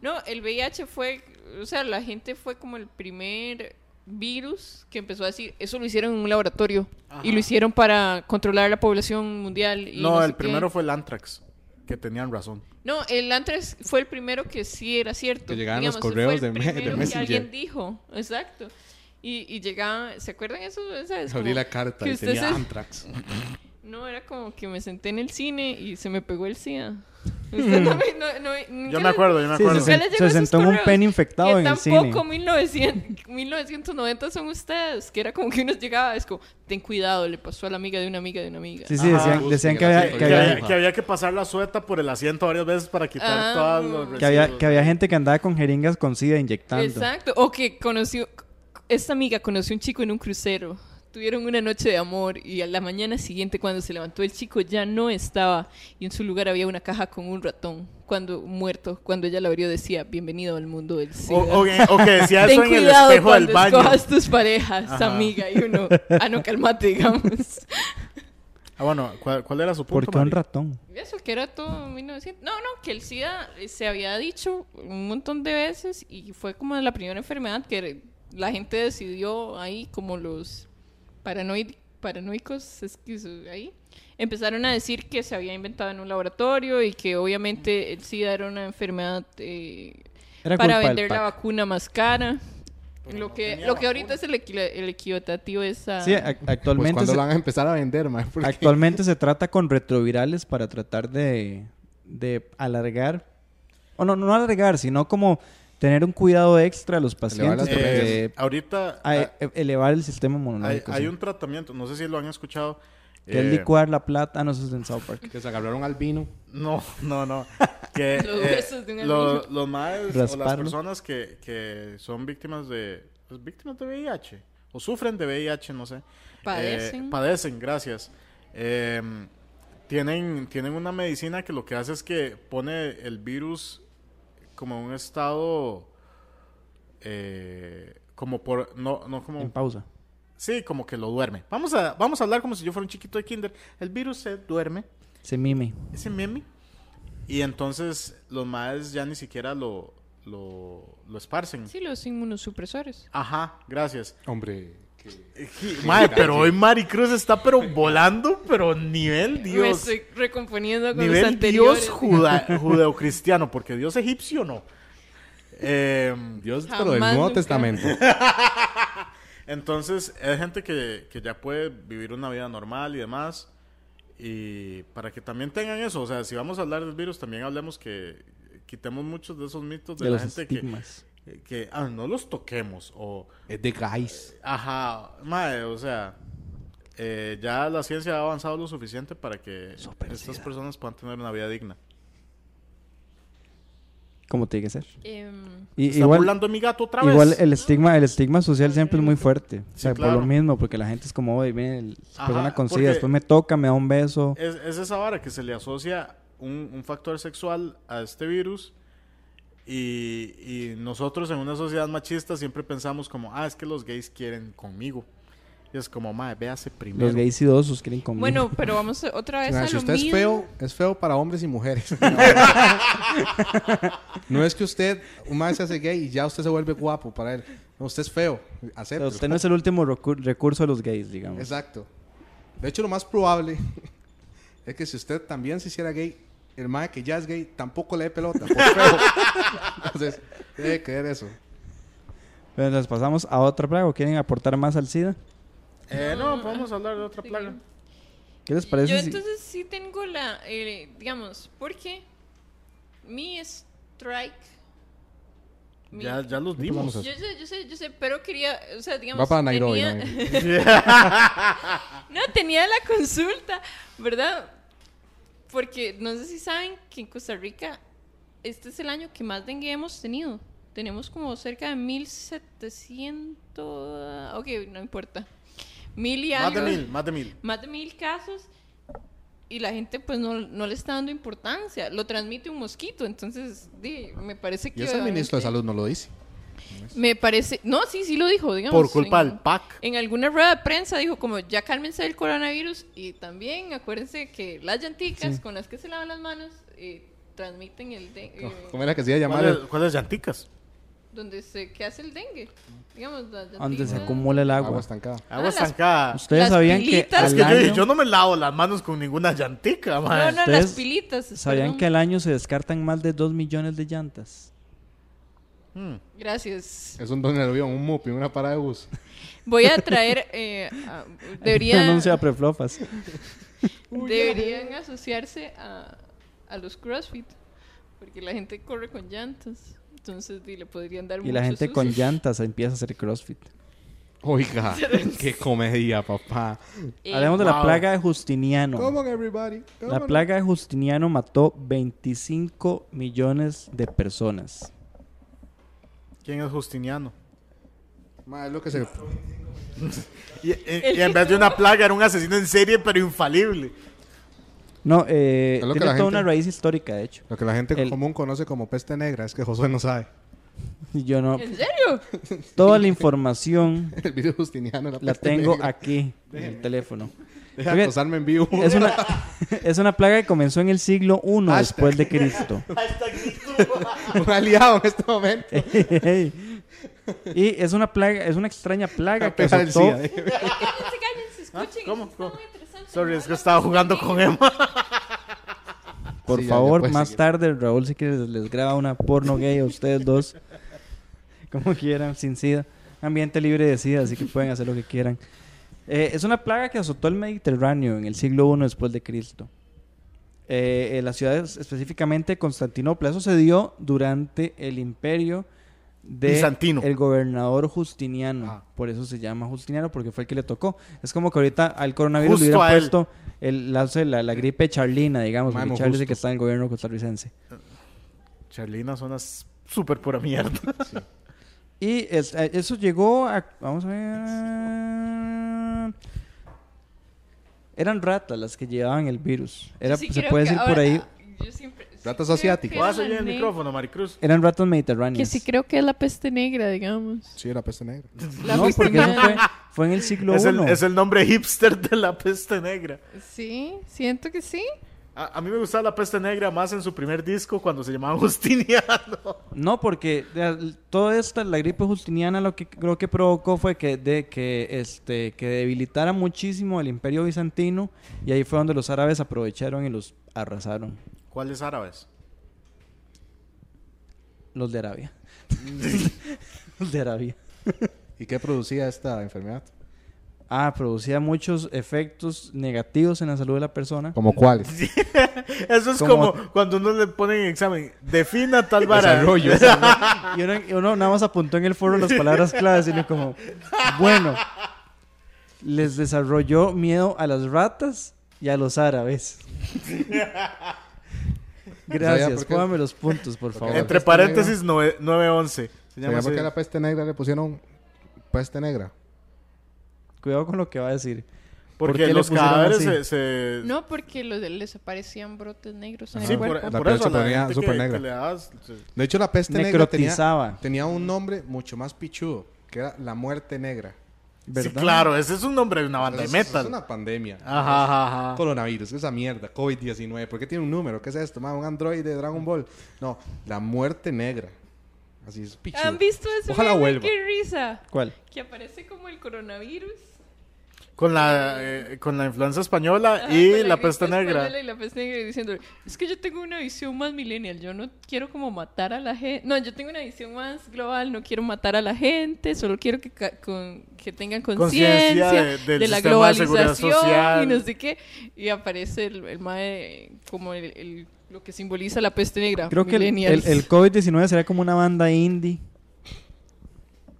C: No, el VIH fue, o sea, la gente fue como el primer virus que empezó a decir, eso lo hicieron en un laboratorio y lo hicieron para controlar la población mundial. y
B: No,
C: sé
B: el
C: qué.
B: primero fue el Antrax, que tenían razón.
C: No, el antes fue el primero que sí era cierto.
D: Que llegaban los
C: ese
D: correos
C: fue el
D: de me- de
C: primero
D: Messenger.
C: Que alguien dijo, exacto. Y, y llegaban, ¿se acuerdan eso? ¿Sabes?
D: Abrí
C: Como
D: la carta
C: que
D: y
C: usted
D: tenía
C: se-
D: Antrax.
C: No, era como que me senté en el cine y se me pegó el
D: *laughs*
C: SIDA. Usted no me- no- no- nunca
B: Yo me
C: les-
B: acuerdo, yo me
A: Sí,
B: acuerdo.
A: sí,
C: Nunca
A: sí.
C: les
A: Se
C: llegó esos
A: sentó en un
C: correos.
A: pen infectado
C: Que
A: en el cine.
C: tampoco 1900, 1990 son ustedes, que era como que uno llegaba, es como, ten cuidado, le pasó a la amiga de una amiga de una amiga.
A: Sí, sí,
B: Ajá.
D: Ah,
A: decían, decían que,
D: Busquen,
A: había,
B: Que,
D: así,
A: que
D: porque
A: había-
B: había, que había que pasar la sueta por el asiento varias veces para quitar
C: Ah.
B: todos los
A: que había-
B: residuos.
A: que había gente que andaba con jeringas con sida inyectando.
C: Exacto, o que conoció, esta amiga conoció un chico en un crucero. tuvieron una noche de amor y a la mañana siguiente cuando se levantó el chico ya no estaba y en su lugar había una caja con un ratón cuando muerto, cuando ella la abrió decía, bienvenido al mundo del
B: O,
C: SIDA.
B: o que- o que decía
C: *laughs* Ten
B: eso en el
C: cuidado
B: espejo del
C: cuando
B: baño.
C: escojas tus parejas,
B: Ajá.
C: amiga, y uno, ah no,
A: *laughs*
C: calmate, digamos.
B: Ah, bueno, ¿cuál, cuál era su punto?
A: Porque un
B: Mari?
A: ratón.
C: Eso que era todo 1900. No, no, que el SIDA eh, se había dicho un montón de veces y fue como la primera enfermedad que la gente decidió ahí, como los paranoid- paranoicos, esquizo- ahí, empezaron a decir que se había inventado en un laboratorio y que obviamente el SIDA era una enfermedad eh,
A: Mm. Era
C: para
A: culpa del
C: vender la
A: PAC.
C: vacuna más cara. Lo que,
B: tenía
C: lo que ahorita es el, equi- el equivocativo es a...
A: Sí, ac-
D: Pues
A: actualmente,
D: cuando
A: se,
D: lo van a empezar a vender, mae. Porque
A: actualmente se trata con retrovirales para tratar de, de alargar, o no, no alargar, sino como tener un cuidado extra a los pacientes,
D: las
A: porque
B: Eh,
A: a-
B: ahorita ah,
A: e- elevar el sistema
B: hay,
A: inmunológico.
B: hay
A: sí.
B: un tratamiento, no sé si lo han escuchado.
A: Que es
B: eh,
A: licuar la plata. Ah, no, eso es en South Park.
D: Que se agarraron al vino.
B: No, no,
C: *laughs*
B: no. Que,
C: Los
B: eh,
C: huesos de un
B: lo-
C: amigo.
B: los maes o las
A: Rasparlo.
B: personas que, que son víctimas de pues, víctimas de VIH o sufren de VIH, no sé. eh,
C: Padecen.
B: padecen, gracias. Em, tienen, tienen una medicina que lo que hace es que pone el virus como en un estado eh, como por no, no como
A: En pausa.
B: sí como que lo duerme vamos a vamos a hablar como si yo fuera un chiquito de kinder el virus se duerme
A: Se mime.
B: ese meme. Y entonces los maes ya ni siquiera lo, lo, lo esparcen.
C: Sí, los inmunosupresores.
B: Ajá, gracias.
D: Hombre. que-
A: Eh,
B: Mae, pero hoy Maricruz está pero volando, pero nivel
C: Me
B: Dios.
C: estoy recomponiendo con los
B: Nivel
C: anteriores.
B: Dios
C: *laughs*
B: juda- judeocristiano, porque Dios egipcio no. Em,
D: Dios,
C: Jamás
D: pero del Nuevo
C: nunca. *laughs*
D: Testamento.
B: Entonces, es gente que, que ya puede vivir una vida normal y demás. Y para que también tengan eso, o sea, si vamos a hablar del virus, también hablemos que quitemos muchos de esos mitos de,
A: De
B: la
A: los
B: gente que,
A: estigmas.
B: que ah, no los toquemos o
D: Es de guys.
B: ajá madre o sea eh, ya la ciencia ha avanzado lo suficiente para que estas personas puedan tener una vida digna
A: Como tiene que ser.
C: Em,
A: Y-
B: está
A: igual,
B: burlando a mi gato otra vez
A: igual el estigma, el estigma social siempre es muy fuerte. o
B: Sí,
A: sea, por
B: claro.
A: lo mismo, porque la gente es como, oye, mire, el-
B: Ajá,
A: persona con
B: porque- Eh,
A: sida, después me toca, me da un beso.
B: es, es esa vara que se le asocia un, un factor sexual a este virus y, y nosotros en una sociedad machista siempre pensamos como ah es que los gays quieren conmigo y es como madre véase primero
A: Los gays idosos quieren conmigo.
C: bueno, pero vamos a- otra vez
D: Mae,
C: Pues a
D: si
C: lo
D: usted es
C: mismo.
D: feo, es feo para hombres
C: *laughs*
D: y mujeres. *laughs* no es que usted, un mae se hace gay y ya usted se vuelve guapo para él. No, usted es feo.
A: O
D: Acepta.
A: sea, usted no es el último recu- recurso de los gays, digamos.
D: *laughs* Exacto. De hecho, lo más probable *laughs* es que si usted también se hiciera gay, el mae que ya es gay tampoco le dé pelota.
C: *laughs*
D: Por feo. Entonces, debe creer eso.
A: Pero Entonces pasamos a otra plaga. ¿o ¿Quieren aportar más al sida?
B: Eh, no podemos hablar de otra plaga
A: ¿Qué les parece?
C: Yo
A: si-
C: entonces sí tengo la, eh, digamos, porque mi strike. mi-
B: ya, ya los dimos
C: yo sé, yo sé, yo sé, pero quería, o sea, digamos,
D: Va para Nairobi.
C: tenía-
D: mae.
C: *laughs* No, tenía la consulta, ¿verdad? Porque no sé si saben que en Costa Rica este es el año que más dengue hemos tenido. Tenemos como cerca de 1700. Ok, no importa. Mil y
B: más
C: algo.
B: de mil más de mil
C: Más de mil casos. Y la gente, pues, no, no le está dando importancia. Lo transmite un mosquito. Entonces, di, me parece que.
D: Y eso el ministro de Salud no lo dice.
C: Me parece, no, sí, sí Eh, lo dijo, digamos.
B: Por culpa
C: en-
B: del PAC.
C: En alguna rueda de prensa dijo como, ya cálmense del coronavirus y también acuérdense que las llanticas con las que se lavan las manos eh, transmiten el
A: Oh,
C: dengue, eh,
D: ¿Cómo era que se iba a llamar?
B: ¿Cuáles cuáles llanticas?
C: donde se, que hace el dengue, digamos, las
A: Ah, Donde se
C: llanticas.
A: acumula el
D: Agua
A: agua.
D: estancada.
B: Agua
C: las-
B: estancada.
A: Ustedes
C: Las
A: sabían que
C: pilitas.
A: al
B: Es que yo,
A: año-
B: yo no me lavo las manos con ninguna llantica,
C: No,
B: mae.
C: no, las
A: Ustedes
C: pilitas.
A: ¿Sabían
C: perdón.
A: que al año se descartan más de 2 millones de
C: *laughs*
A: llantas?
B: Hmm.
C: Gracias.
D: Es un don del avión, un mupi, una parada de bus.
C: Voy a traer, eh,
A: *laughs*
C: a- debería,
A: Anuncia preflofas.
C: deberían asociarse a, a los CrossFit, porque la gente corre con llantas. Entonces, di, le podrían dar
A: Y la
C: mucho
A: gente con
C: susto.
A: llantas empieza a hacer crossfit.
D: Oiga, qué comedia, papá.
C: Eh,
A: Hablemos de la
B: wow.
A: plaga de Justiniano.
D: Come on, everybody. Come
A: La
D: on.
A: plaga de Justiniano mató 25 millones de personas.
B: ¿Quién es Justiniano?
D: Ma, es lo que se...
B: Y, y- y en vez de una plaga, era un asesino en serie, pero *laughs* infalible.
A: No, eh,
D: Es lo que
A: tiene
D: la
A: toda
D: gente-
A: una raíz histórica, de hecho. *laughs*
D: Lo que la gente
A: El-
D: común conoce como peste negra es que Josué no sabe. *laughs*
A: Y Yo no.
C: ¿En serio?
A: Toda la información
D: El virus justiniano era
A: la
D: peste
A: tengo
D: negra.
A: aquí en el teléfono.
D: Deja
A: Oigan,
D: acosarme en vivo.
A: es
D: *laughs*
A: una, *laughs* es una plaga que comenzó en el siglo I
D: Hashtag.
A: después de
D: *laughs*
A: Cristo. *laughs*
D: un aliado en este momento.
A: y es una plaga, es una extraña plaga que
D: Pegar el
A: azotó
D: SIDA, dije.
C: *laughs* Cállense, cállense,
B: ¿Ah?
C: escuchen.
B: ¿Cómo?
C: esto está muy
B: ¿Cómo?
C: interesante.
B: Sorry,
C: No
B: es que
C: hablan
B: estaba
C: de
B: jugando
C: eso.
B: con Emma.
A: Por
D: Sí, ya, ya
A: favor,
D: puedes
A: más
D: seguir.
A: tarde Raúl si quieres les graba una porno gay a ustedes dos. Como quieran, sin sida. Ambiente libre de sida, así que pueden hacer lo que quieran. Eh, es una plaga que azotó el Mediterráneo en el siglo I después de Cristo. Eh, en las ciudades, específicamente Constantinopla. Eso se dio durante el imperio de
B: Bizantino.
A: el gobernador Justiniano.
B: Ah.
A: Por eso se llama Justiniano, porque fue el que le tocó. Es como que ahorita al coronavirus
B: Justo
A: le hubieran
B: a él.
A: puesto el, la, la- la gripe charlina, digamos.
D: Mano,
A: Porque Charles es el
D: justo.
A: que está en el gobierno costarricense.
B: Charlina suena s- súper pura mierda.
A: Y es- eh, eso llegó a. Vamos a ver. Eran ratas las que llevaban el virus. Era,
C: Yo sí
A: se
C: creo
A: puede
C: que ah,
A: decir por
C: ahora-
A: ahí.
C: yo siempre- sí
D: Ratas
C: creo
D: asiáticas.
C: que
B: ¿Puedes
C: era
B: oír el
C: la
B: micrófono, Maricruz?
A: Eran ratas
C: ne-
A: mediterráneas.
C: Que sí creo que es la peste negra, digamos.
D: Sí, era peste negra.
C: La
A: no,
C: peste
A: porque eso
C: negra.
A: fue, fue en el
B: *laughs*
A: siglo I.
B: Es el, es el nombre hipster de la peste negra.
C: Sí, siento que sí.
B: A, a mí me gustaba la peste negra más en su primer disco cuando se llamaba Justiniano.
A: No, porque de- toda esta, la gripe justiniana lo que creo que provocó fue que, de, que, este, que debilitara muchísimo el imperio bizantino y ahí fue donde los árabes aprovecharon y los arrasaron,
B: ¿Cuáles árabes?
A: los de Arabia.
D: Mm.
A: *laughs* los de Arabia.
D: ¿Y qué producía esta enfermedad?
A: Ah, producía muchos efectos negativos en la salud de la persona.
D: ¿Como cuáles?
B: Eso es
A: Como-
B: como, cuando uno le ponen en examen. Defina tal vara.
D: Desarrollo.
A: Y uno, y uno nada más apuntó en el foro las palabras claves y uno como, bueno, les desarrolló miedo a las ratas y a los árabes.
D: Sabía
A: Gracias,
D: por qué-
A: póngame los puntos, por favor.
B: Entre
D: Peste
B: paréntesis, nueve- 911. Se llama
D: ¿Sabía por
B: así.
D: qué a la peste negra le pusieron peste negra?
A: Cuidado con lo que va a decir. ¿Por
B: Porque
A: qué le
B: los
A: pusieron
B: cadáveres
A: así?
B: se... se-
C: No, porque los de- les aparecían brotes negros en
B: Sí,
C: el
B: por,
C: cuerpo.
B: por
D: piel
B: eso
D: se
B: la
D: ponía
B: gente que-
D: súper
B: que
D: negra.
B: le das-
D: De hecho, la peste negra tenía,
A: Necrotizaba.
D: tenía un nombre mucho más pichudo, que era la muerte negra.
B: Sí,
A: ¿Verdad?
B: claro, ese es un nombre de una banda de
D: Es-
B: metal. Ah.
D: Es una pandemia.
B: Ajá, ajá, ajá.
D: Coronavirus, esa mierda, COVID-19, ¿por qué tiene un número? ¿Qué es esto? Ma, un androide de Dragon Ball. No, la muerte negra. Así es, pichudo.
C: ¿Han visto ese
D: Ojalá
C: meme?
D: vuelva.
C: ¡Qué risa!
A: ¿Cuál?
C: Que aparece como el coronavirus.
B: Con la, eh, con la influenza española y
C: Ajá, Ah, con
B: la,
C: gripe
B: peste negra.
C: española Y la peste negra y diciendo, es que yo tengo una visión más millennial, yo no quiero como matar a la gente. No, yo tengo una visión más global, no quiero matar a la gente, solo quiero que, ca- con- que tengan
B: Conciencia
C: conciencia
B: de-
C: de,
B: del
C: la
B: sistema de seguridad
C: globalización
B: social.
C: y no sé qué. Y aparece el, el mae como el- el- lo que simboliza la peste negra.
A: Creo que el,
C: Ah, millennials.
A: el- el COVID-19 será como una banda indie.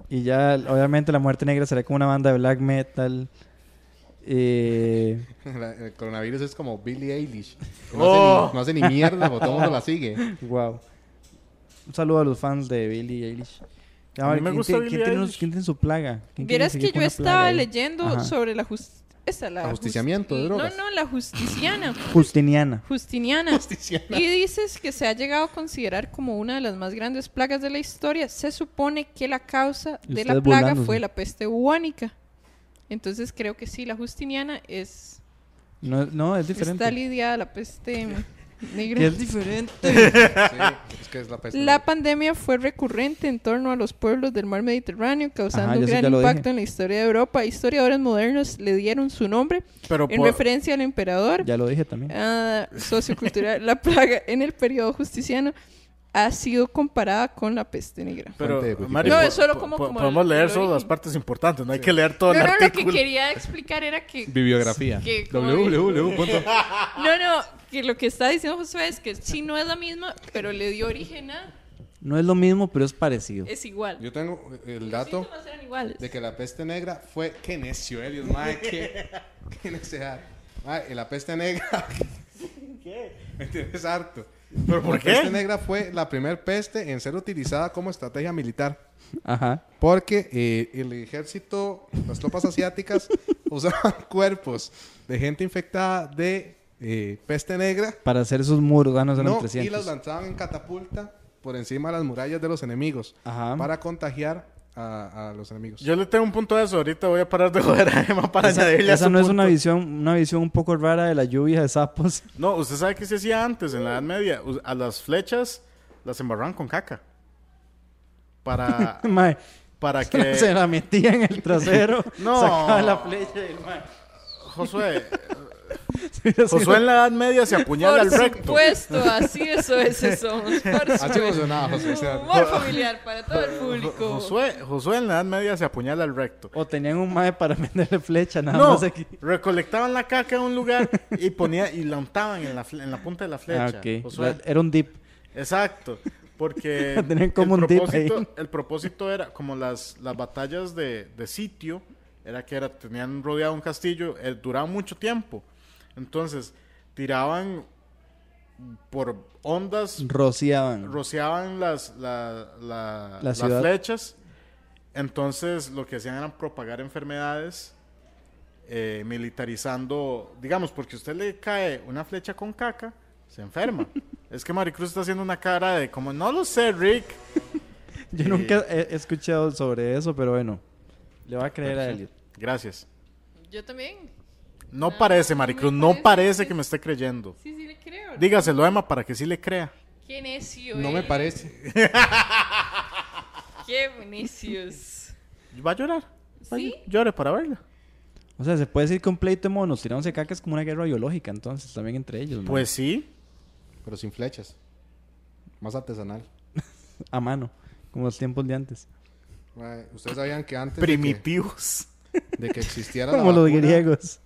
A: Y ya, obviamente, la muerte negra será como una banda de black metal. Eh,
D: *laughs* La- el coronavirus es como Billie Eilish. que No,
B: Oh.
D: hace, ni, no hace ni mierda, pero todo el mundo la sigue.
A: Wow. Un saludo a los fans de Billie Eilish.
B: A mí me
A: ¿quién
B: gusta
A: tiene-
B: Billie
A: ¿quién tiene,
B: Eilish.
A: los- quién tiene su plaga? ¿Quién tiene
C: Vieras
A: así
C: que
A: fue
C: yo
A: una plaga
C: estaba
A: ahí?
C: leyendo
A: Ajá.
C: sobre la jus- esa, la
D: Ajusticiamiento de
C: justi-
D: drogas.
C: No, no, la justiciana.
A: Justiniana.
C: Justiniana.
D: Justiciana.
C: Y dices que se ha llegado a considerar como una de las más grandes plagas de la historia. Se supone que la causa
A: Y
C: de la
A: ustedes
C: plaga
A: burlándose.
C: fue la peste bubónica. Entonces creo que sí, la justiniana es
A: No, no, es
C: está
A: diferente.
C: lidiada a la peste negra.
A: Es diferente.
D: Sí, es que es la peste
C: La pandemia fue recurrente en torno a los pueblos del mar Mediterráneo, causando
A: Ajá,
C: un
A: yo sí ya
C: gran
A: lo
C: impacto
A: dije.
C: en la historia de Europa. Historiadores modernos le dieron su nombre
B: Pero
C: en
B: por-
C: referencia al emperador
A: Ya lo dije también.
C: ah, sociocultural. la plaga en el periodo justiciano ha sido comparada con la peste negra.
B: Pero,
D: Fuente de
B: Mari,
C: No,
B: po-
C: es solo
B: po-
C: como-
B: po-
C: como
B: podemos
C: el-
B: leer
C: el
B: solo las
C: origen.
B: partes importantes, no hay que leer todo
C: No,
B: el
C: no, lo que
B: artículo.
C: quería explicar era que...
D: Bibliografía.
C: Que como-
D: www.
C: *laughs* No, no, que lo que está diciendo Josué es que sí no es la misma, pero le dio origen a...
A: No es lo mismo, pero es parecido.
C: Es igual.
D: Yo tengo el
C: Los
D: dato
C: síntomas eran iguales.
D: de que la peste negra fue... ¡Qué necio, Elios! Madre, qué, *laughs* qué necedad. Madre, la peste negra... ¿Qué? Me tienes harto.
B: ¿Pero por
D: La peste
B: qué?
D: negra fue la primer peste en ser utilizada como estrategia militar.
A: Ajá.
D: Porque eh, el ejército, las
B: *laughs*
D: tropas asiáticas usaban cuerpos de gente infectada de eh, peste negra
A: Para hacer sus muros, ah, no, eran
D: no, y
A: 300.
D: las lanzaban en catapulta por encima de las murallas de los enemigos
A: Ajá.
D: para contagiar a, a los enemigos.
B: Yo le tengo un punto de eso. Ahorita voy a parar de *laughs* joder a Emma para
A: pues. esa
B: añadirle a
A: esa
B: su
A: no es
B: punto.
A: una visión, una visión un poco rara de la lluvia de sapos. *laughs*
B: No, usted sabe qué se hacía antes en la Edad Media. Us- A las flechas las embarraban con caca.
A: *laughs*
B: Para,
A: Mae,
B: para que.
A: se la metía en el trasero,
B: *laughs* No.
A: sacaba la flecha y el mae. *laughs*
B: Josué, Josué
A: Josué
B: en la Edad Media se apuñala al
C: Por
B: recto.
C: supuesto, así eso es, eso.
D: *laughs*
C: Por
D: Así
C: supuesto.
D: funcionaba, pues, José. o
B: *laughs*
D: sea, ah.
C: Humor familiar para todo el público.
B: Josué, Josué en la Edad Media se apuñala al recto.
A: O tenían un mae para *laughs* meterle flecha, nada
B: No,
A: más aquí.
B: recolectaban la caca en un lugar y ponía y la untaban en la, fle- en la punta de la
A: Ah,
B: flecha.
A: ok.
B: Josué.
A: La- Era un dip.
B: Exacto. Porque
A: Tenían como un dip ahí.
B: propósito, el propósito era, como las, las batallas de, de sitio, era que era, tenían rodeado un castillo, eh, duraba mucho tiempo. Entonces, tiraban por ondas,
A: Rociaban.
B: rociaban las, la- la-
A: La
B: las
A: ciudad.
B: flechas. Entonces, lo que hacían era propagar enfermedades, eh, militarizando, digamos, porque usted le cae una flecha con caca,
A: *laughs*
B: se enferma. es que Maricruz está haciendo una cara de como, no lo sé, Rick.
A: Yo
B: Eh,
A: nunca he he escuchado sobre eso, pero bueno. Le va a creer a
B: Sí.
A: Elliot.
B: Gracias.
C: Yo también.
B: No
C: Ah,
B: parece,
C: me
B: Maricruz,
C: parece,
B: no parece
C: sí.
B: que me esté creyendo.
C: Sí, sí, le creo.
B: Dígaselo a Emma para que sí le crea.
C: Qué necio.
D: no me
C: eh.
D: parece.
C: Qué necios.
B: ¿Va a llorar? Va a
C: Sí.
B: ll- Llore para verla.
A: O sea, se puede decir que un pleito de monos tirándose caca es como una guerra biológica, entonces, también entre ellos. mae.
B: Pues sí.
D: Pero sin flechas. Más artesanal.
A: A mano, como los tiempos de antes.
D: Mae, Ustedes sabían que antes de que,
B: Primitivos. *laughs*
D: de que existiera la
A: Como los
D: vacuna
A: griegos.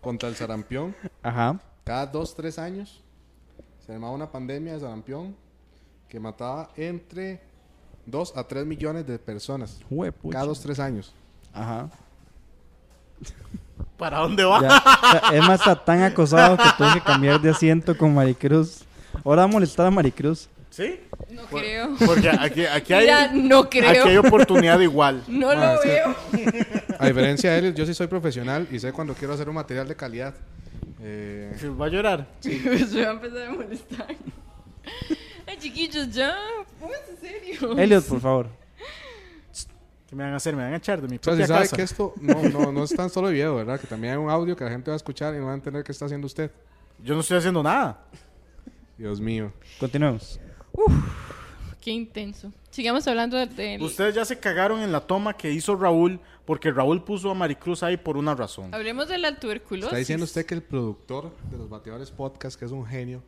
D: contra el sarampión,
A: Ajá.
D: cada dos, tres años se armaba una pandemia de sarampión que mataba entre 2 a 3 millones de personas.
A: Jue, pucha.
D: Cada dos, tres años.
A: Ajá.
B: ¿Para dónde va?
A: Ya, o sea, Emma está tan acosado que tuvo que cambiar de asiento con Maricruz. Ahora va a molestar a Maricruz.
B: ¿Sí?
C: No
B: Por-
C: creo.
B: Porque aquí, aquí hay...
C: Mira, no creo.
B: Aquí hay oportunidad igual.
C: No
D: Ah,
C: lo
D: es que-
C: veo. *laughs*
D: A diferencia de él, yo sí soy profesional y sé cuando quiero hacer un material de calidad. Eh,
B: Se *laughs* Va a llorar.
C: Pues me va a empezar a molestar. *laughs* Ay, chiquillos, ya. Pónganse serio.
A: Elliot, por favor.
B: ¿Qué me van a hacer? Me van a echar de mi
D: o sea,
B: propia
D: si sabe
B: casa.
D: que esto no, no, no es tan solo video, ¿verdad? Que también hay un audio que la gente va a escuchar y no va a entender qué está haciendo usted.
B: Yo no estoy haciendo nada.
D: Dios mío.
A: Continuemos.
C: Qué intenso. Sigamos hablando de- del.
B: Ustedes ya se cagaron en la toma que hizo Raúl porque Raúl puso a Maricruz ahí por una razón.
C: Hablemos de la tuberculosis.
D: Está diciendo usted que el productor de los bateadores podcast, que es un genio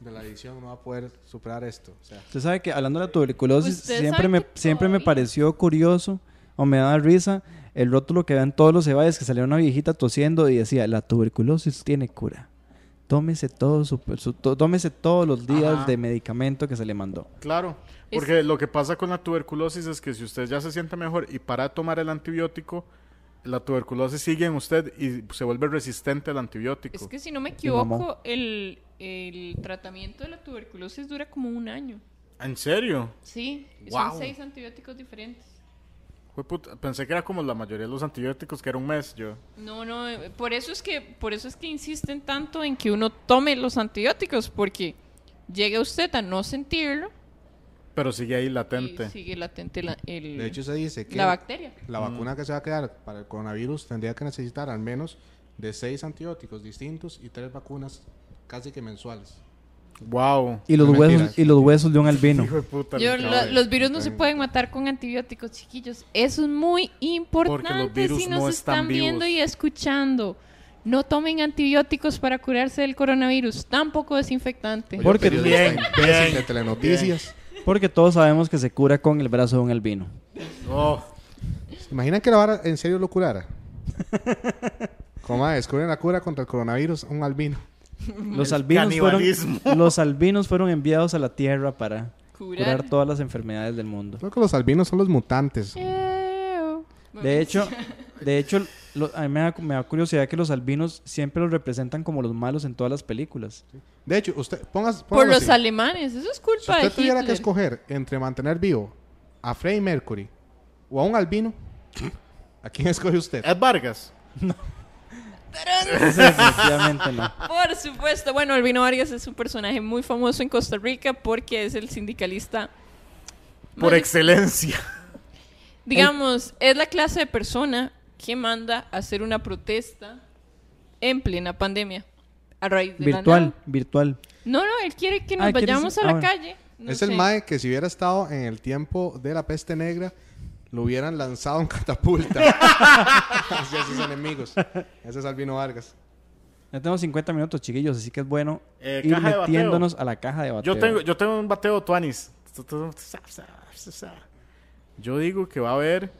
D: de la edición, no va a poder superar esto. O sea,
A: Usted sabe que hablando de la tuberculosis,
C: Usted
A: siempre
C: sabe
A: me,
C: que
A: siempre me
C: todavía-
A: pareció curioso o me daba risa el rótulo que vean todos los ceballos que salía una viejita tosiendo y decía, la tuberculosis tiene cura. Tómese, todo su- su- tó- tómese todos los días
B: Ajá.
A: de medicamento que se le mandó.
B: Claro.
C: Es-
B: Porque lo que pasa con la tuberculosis es que si usted ya se siente mejor y para de tomar el antibiótico, la tuberculosis sigue en usted y se vuelve resistente al antibiótico.
C: Es que si no me
A: mamó.
C: equivoco, el, el tratamiento de la tuberculosis dura como un año.
B: ¿En serio?
C: Sí,
B: Guau.
C: son seis antibióticos diferentes.
B: Jueputa, Pensé que era como la mayoría de los antibióticos, que era un mes. Yo.
C: No, no, eh, por eso es que por eso es que insisten tanto en que uno tome los antibióticos porque llega usted a no sentirlo
B: Pero sigue ahí latente.
C: y sigue latente la, el-
D: de hecho se dice que
C: la bacteria.
D: la vacuna que se va a quedar para el coronavirus tendría que necesitar al menos de seis antibióticos distintos y tres vacunas casi que mensuales.
B: Wow.
A: Y los,
D: No, mentira.
A: huesos, y los huesos de un albino.
B: Hijo de puta.
C: Yo-
B: le-
C: lo-
D: cabe.
C: los virus no se
D: Está
C: pueden matar con antibióticos, chiquillos. Eso es muy importante
B: virus
C: si nos
B: no están
C: están, viendo
B: vivos.
C: y escuchando. No tomen antibióticos para curarse del coronavirus, tampoco desinfectante.
D: Oye,
A: Porque-
D: periodista
B: Bien,
D: imbécil
B: bien,
D: de telenoticias.
A: Porque todos sabemos que se cura con el brazo de un albino.
B: Oh.
D: ¿Se imaginan que la vara en serio
B: *laughs*
D: lo curara? Coma, descubren la cura contra el coronavirus, un albino.
C: Mm.
A: Los albinos, fueron,
B: canibalismo.
A: *laughs* los albinos fueron enviados a la Tierra para
C: Curar.
A: curar todas las enfermedades del mundo.
D: Creo que los albinos son los mutantes.
C: Eo. *laughs*
A: De hecho, de hecho, lo- a mí me da, me da curiosidad que los albinos siempre los representan como los malos en todas las películas.
D: De hecho, usted, pongas,
C: Por
D: póngalo
C: los
D: así.
C: alemanes, eso es
D: Si
C: culpa
D: usted
C: de
D: tuviera que
C: Hitler.
D: escoger entre mantener vivo a Freddie Mercury o a un albino, ¿a quién escoge usted?
B: Ed Vargas.
C: Tarán.
A: Entonces, definitivamente no.
C: Por supuesto, bueno, Albino Vargas es un personaje muy famoso en Costa Rica porque es el sindicalista.
B: Por
C: más-
B: excelencia.
C: Digamos, es la clase de persona que manda a hacer una protesta en plena pandemia. A raíz *laughs* de la
A: Virtual,
C: nada.
A: virtual.
C: No, no, él quiere que nos
A: Ah, ¿quieres-
C: vayamos a
A: ah,
C: la
A: bueno.
C: calle. No
D: es
C: sé.
D: el Mae que si hubiera estado en el tiempo de la peste negra, lo hubieran lanzado
C: *laughs*
D: en catapulta hacia sus enemigos. Ese es Albino Vargas.
A: Ya tenemos 50 minutos, chiquillos, así que es bueno
B: Eh,
A: ir
B: caja de bateo.
A: metiéndonos a la caja de bateo.
B: Yo tengo, yo tengo un bateo Tuanis. Yo digo que va a haber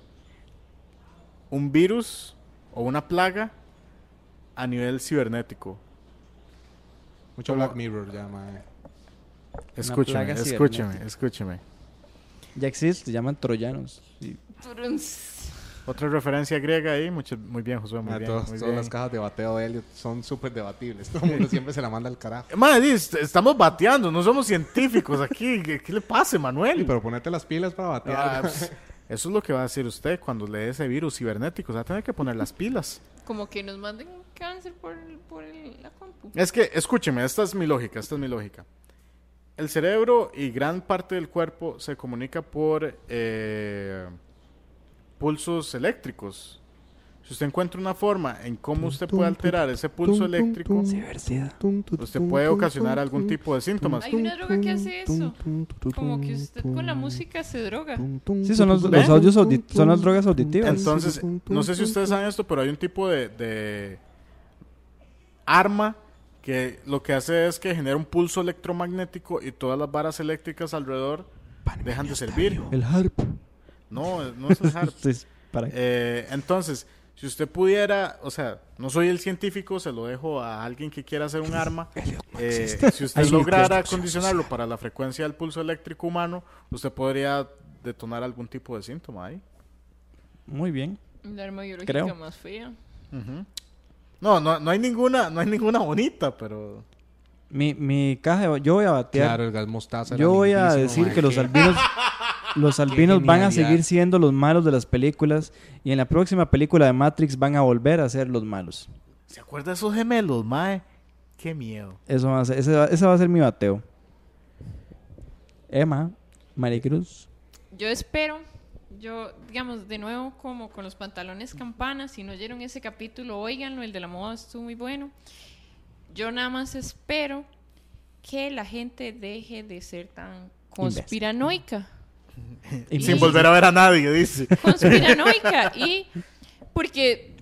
B: un virus o una plaga a nivel cibernético.
D: Mucho Black Mirror ya, Mae.
B: Escúcheme,
A: plaga
B: escúcheme,
A: cibernética.
B: escúcheme.
A: Ya existe, se llaman troyanos. Y-
C: Turunz.
B: Otra referencia griega ahí. mucho- muy bien, Josué, muy
D: Ah,
B: bien.
D: todas
B: muy
D: todas
B: bien.
D: las cajas de bateo de Elliot son súper debatibles. Todo el mundo siempre se la manda
A: *laughs*
D: al carajo.
B: Madre, di, est- estamos bateando, no somos científicos aquí. ¿Qué, qué le pasa,
D: Sí,
B: Manuel?
D: Pero ponete las pilas para
B: Ah,
D: *laughs* batear.
B: pues, *laughs* eso es lo que va a decir usted cuando le dé ese virus cibernético. Se va a tener que poner las pilas.
C: Como que nos manden cáncer por, por el- la compu.
D: Eh,
B: Es que, escúcheme, esta es mi lógica, esta es mi lógica. El cerebro y gran parte del cuerpo se comunica por eh, pulsos eléctricos. Si usted encuentra una forma en cómo usted puede alterar ese pulso eléctrico, usted puede ocasionar algún tipo de síntomas.
C: Hay una droga que hace eso. Como que usted con la música se droga.
A: Sí, son los, los audios audi- son las drogas auditivas.
B: Entonces, no sé si ustedes saben esto, pero hay un tipo de, de arma que lo que hace es que genera un pulso electromagnético y todas las varas eléctricas alrededor dejan de servir.
A: El harp.
B: No, no es el
A: *laughs*
B: harp.
A: Entonces, para-
B: Eh, entonces, si usted pudiera, o sea, no soy el científico, se lo dejo a alguien que quiera hacer un arma. Eh, si usted
A: Hay
B: lograra
A: microestaciones.
B: condicionarlo para la frecuencia del pulso eléctrico humano, usted podría detonar algún tipo de síntoma ahí.
A: Muy bien.
C: El arma biológica
A: Creo.
C: más fea.
B: No, no, no hay ninguna, no hay ninguna bonita, pero
A: Mi, mi caja de- Yo voy a batear.
D: Claro, el gas mostaza era
A: yo voy a
D: lindísimo,
A: decir
D: mae.
A: que los
D: *laughs*
A: albinos. Los albinos van a
D: genialidad.
A: seguir siendo los malos de las películas. Y en la próxima película de Matrix van a volver a ser los malos.
B: ¿se acuerda de esos gemelos, mae? Qué miedo.
A: Eso va a ser, ese, va, ese va a ser mi bateo. Emma, Maricruz.
C: Yo espero, yo, digamos, de nuevo, como con los pantalones campanas, si no oyeron ese capítulo, óiganlo, el de la moda estuvo muy bueno. Yo nada más espero que la gente deje de ser tan conspiranoica.
A: Y
B: Sin
C: Sí.
B: volver a ver a nadie, dice.
C: *laughs* Conspiranoica. Y porque,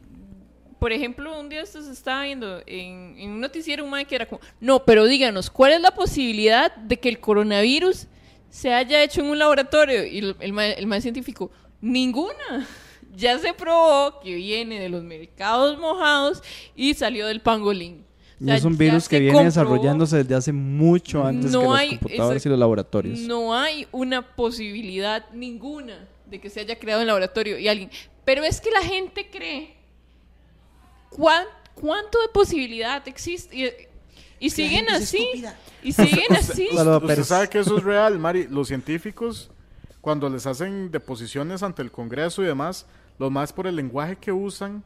C: por ejemplo, un día esto se estaba viendo en, en un noticiero un mae que era como, no, pero díganos, ¿cuál es la posibilidad de que el coronavirus se haya hecho en un laboratorio? Y el, el, mae- el mae científico, ninguna. Ya se probó que viene de los mercados mojados y salió del pangolín. O
A: Y
C: sea,
A: es un
C: ya
A: virus
C: se
A: que viene
C: comprobó.
A: desarrollándose desde hace mucho antes
C: No
A: que los
C: hay-
A: computadores
C: exacto.
A: y los laboratorios.
C: No hay una posibilidad ninguna de que se haya creado en laboratorio y alguien. Pero es que la gente cree. ¿Cuán- ¿Cuánto de posibilidad existe? Y, y siguen así. Y siguen así.
A: usted- Saludo,
B: Usted
A: Pérez.
B: sabe que eso es real, Mari. Los científicos, cuando les hacen deposiciones ante el Congreso y demás, los más por el lenguaje que usan,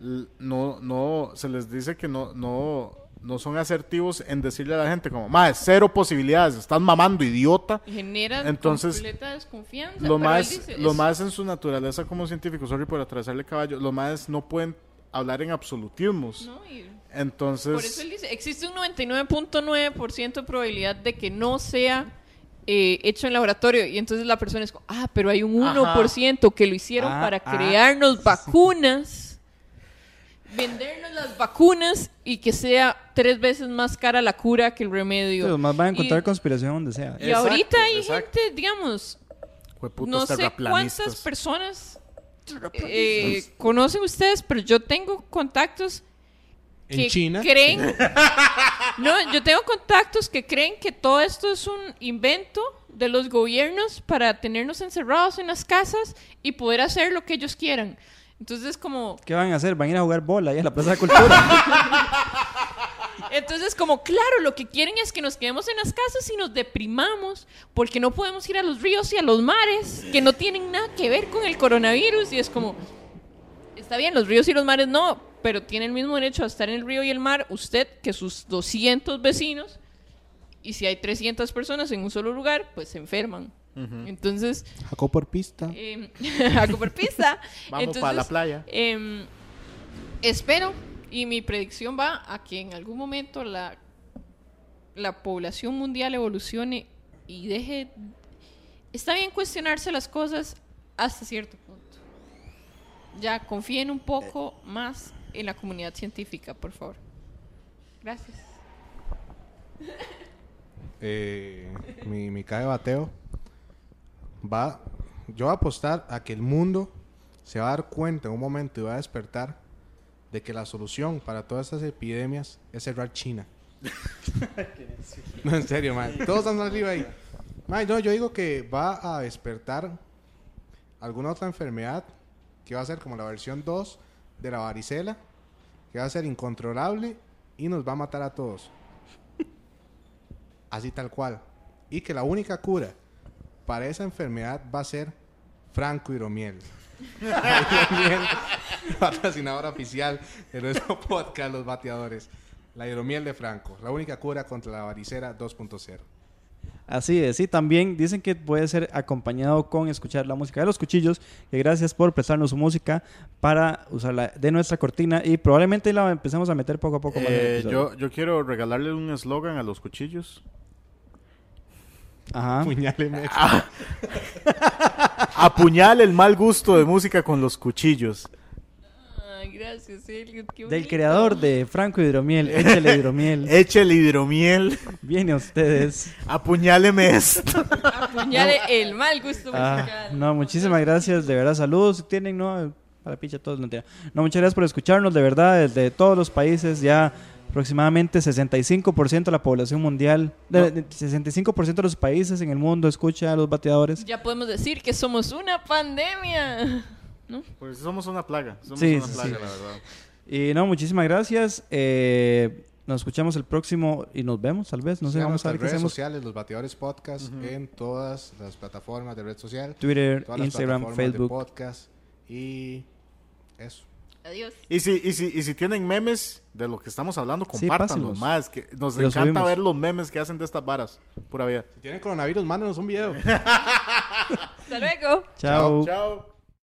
B: l- no, no, se les dice que no, no, no son asertivos en decirle a la gente como, más cero posibilidades, están mamando, idiota.
C: Generan
B: Entonces,
C: completa *laughs* desconfianza.
B: Lo
C: pero
B: más,
C: él dice,
B: lo
C: es-
B: más en su naturaleza como científicos, sorry por atravesarle caballo, lo más no pueden hablar en absolutismos.
C: ¿no? Y
B: Entonces,
C: por eso él dice, existe un 99.9% de probabilidad de que no sea eh, hecho en laboratorio. Y entonces la persona es como, ah, pero hay un
B: Ajá.
C: 1% que lo hicieron
A: Ah,
C: para
A: ah.
C: crearnos vacunas, vendernos las vacunas y que sea tres veces más cara la cura que el remedio.
A: Sí, los más van a encontrar
C: Y-
A: conspiración donde sea.
C: Y
B: Exacto,
C: ahorita hay
B: exacto.
C: gente, digamos,
B: jueputas
C: no sé cuántas
B: terraplanistas.
C: personas eh, conocen ustedes, pero yo tengo contactos
D: En China.
C: creen *laughs* no yo tengo contactos que creen que todo esto es un invento de los gobiernos para tenernos encerrados en las casas y poder hacer lo que ellos quieran Entonces, como,
A: ¿Qué van a hacer? ¿Van a ir a jugar bola ahí a la Plaza de la Cultura?
C: entonces, como, claro, lo que quieren es que nos quedemos en las casas y nos deprimamos porque no podemos ir a los ríos y a los mares que no tienen nada que ver con el coronavirus. Y es como, está bien, los ríos y los mares no, pero tiene el mismo derecho a estar en el río y el mar usted que sus 200 vecinos. Y si hay 300 personas en un solo lugar, pues se enferman. Entonces,
D: Jacó por pista.
C: *laughs* eh, a comer pizza.
B: Vamos para la
C: Entonces,
B: playa.
C: em, espero y mi predicción va a que en algún momento la, la población mundial evolucione y deje... Está bien cuestionarse las cosas hasta cierto punto. Ya confíen un poco más en la comunidad científica, por favor. Gracias.
D: eh, mi, mi cae bateo va yo voy a apostar a que el mundo se va a dar cuenta en un momento y va a despertar de que la solución para todas estas epidemias es cerrar China no en serio man todos han salido ahí Man, no, yo digo que va a despertar alguna otra enfermedad que va a ser como la versión 2 de la varicela que va a ser incontrolable y nos va a matar a todos así tal cual. Y que la única cura para esa enfermedad va a ser Franco Hidromiel. Hidromiel, patrocinadora oficial de nuestro *laughs* podcast Los Bateadores. La hidromiel de Franco, la única cura contra la varicela 2.0.
A: Así es, y también dicen que puede ser acompañado con escuchar la música de los cuchillos, que gracias por prestarnos su música para usarla de nuestra cortina y probablemente la empecemos a meter poco a poco. más en el
B: Eh,
A: episodio.
B: yo, yo quiero regalarle un eslogan a los cuchillos. *laughs*
A: Ajá.
D: Puñáleme.
B: Apuñale el mal gusto de música con los cuchillos.
C: Ay, Ah, gracias, Elliot. qué
A: Del
C: bonito. *laughs*
A: creador de Franco Hidromiel, échale
B: *laughs*
A: Hidromiel,
B: Eche el hidromiel. *laughs*
A: viene a ustedes.
B: Apuñáleme esto.
C: Apuñale el mal gusto
A: Ah,
C: musical.
A: no, muchísimas gracias, de verdad, saludos. si Tienen, no, para picha todos, mentira. No, muchas gracias por escucharnos, de verdad, desde todos los países, ya aproximadamente 65% de la población mundial, de- de- 65% de los países en el mundo escucha a los bateadores.
C: Ya podemos decir que somos una pandemia. ¿No?
B: Pues somos una plaga. Somos
A: Sí,
B: una
A: sí,
B: plaga,
A: sí.
B: la verdad.
A: Y no, muchísimas gracias. eh, nos escuchamos el próximo y nos vemos, tal vez. No sé, vamos a ver qué
D: redes
A: hacemos.
D: sociales, Los Bateadores Podcast, en todas las plataformas de red social.
A: Twitter,
D: todas las
A: Instagram,
D: plataformas de
A: Facebook.
D: podcast y eso.
C: Adiós.
B: Y si, y, si, y si tienen memes de lo que estamos hablando, compártanlos
A: pásenlos.
B: más. Que nos
A: Y los
B: encanta
A: subimos.
B: ver los memes que hacen de estas varas. Pura vida.
D: Si tienen coronavirus, mándenos un video.
C: Hasta luego.
A: Chao.
B: Chao.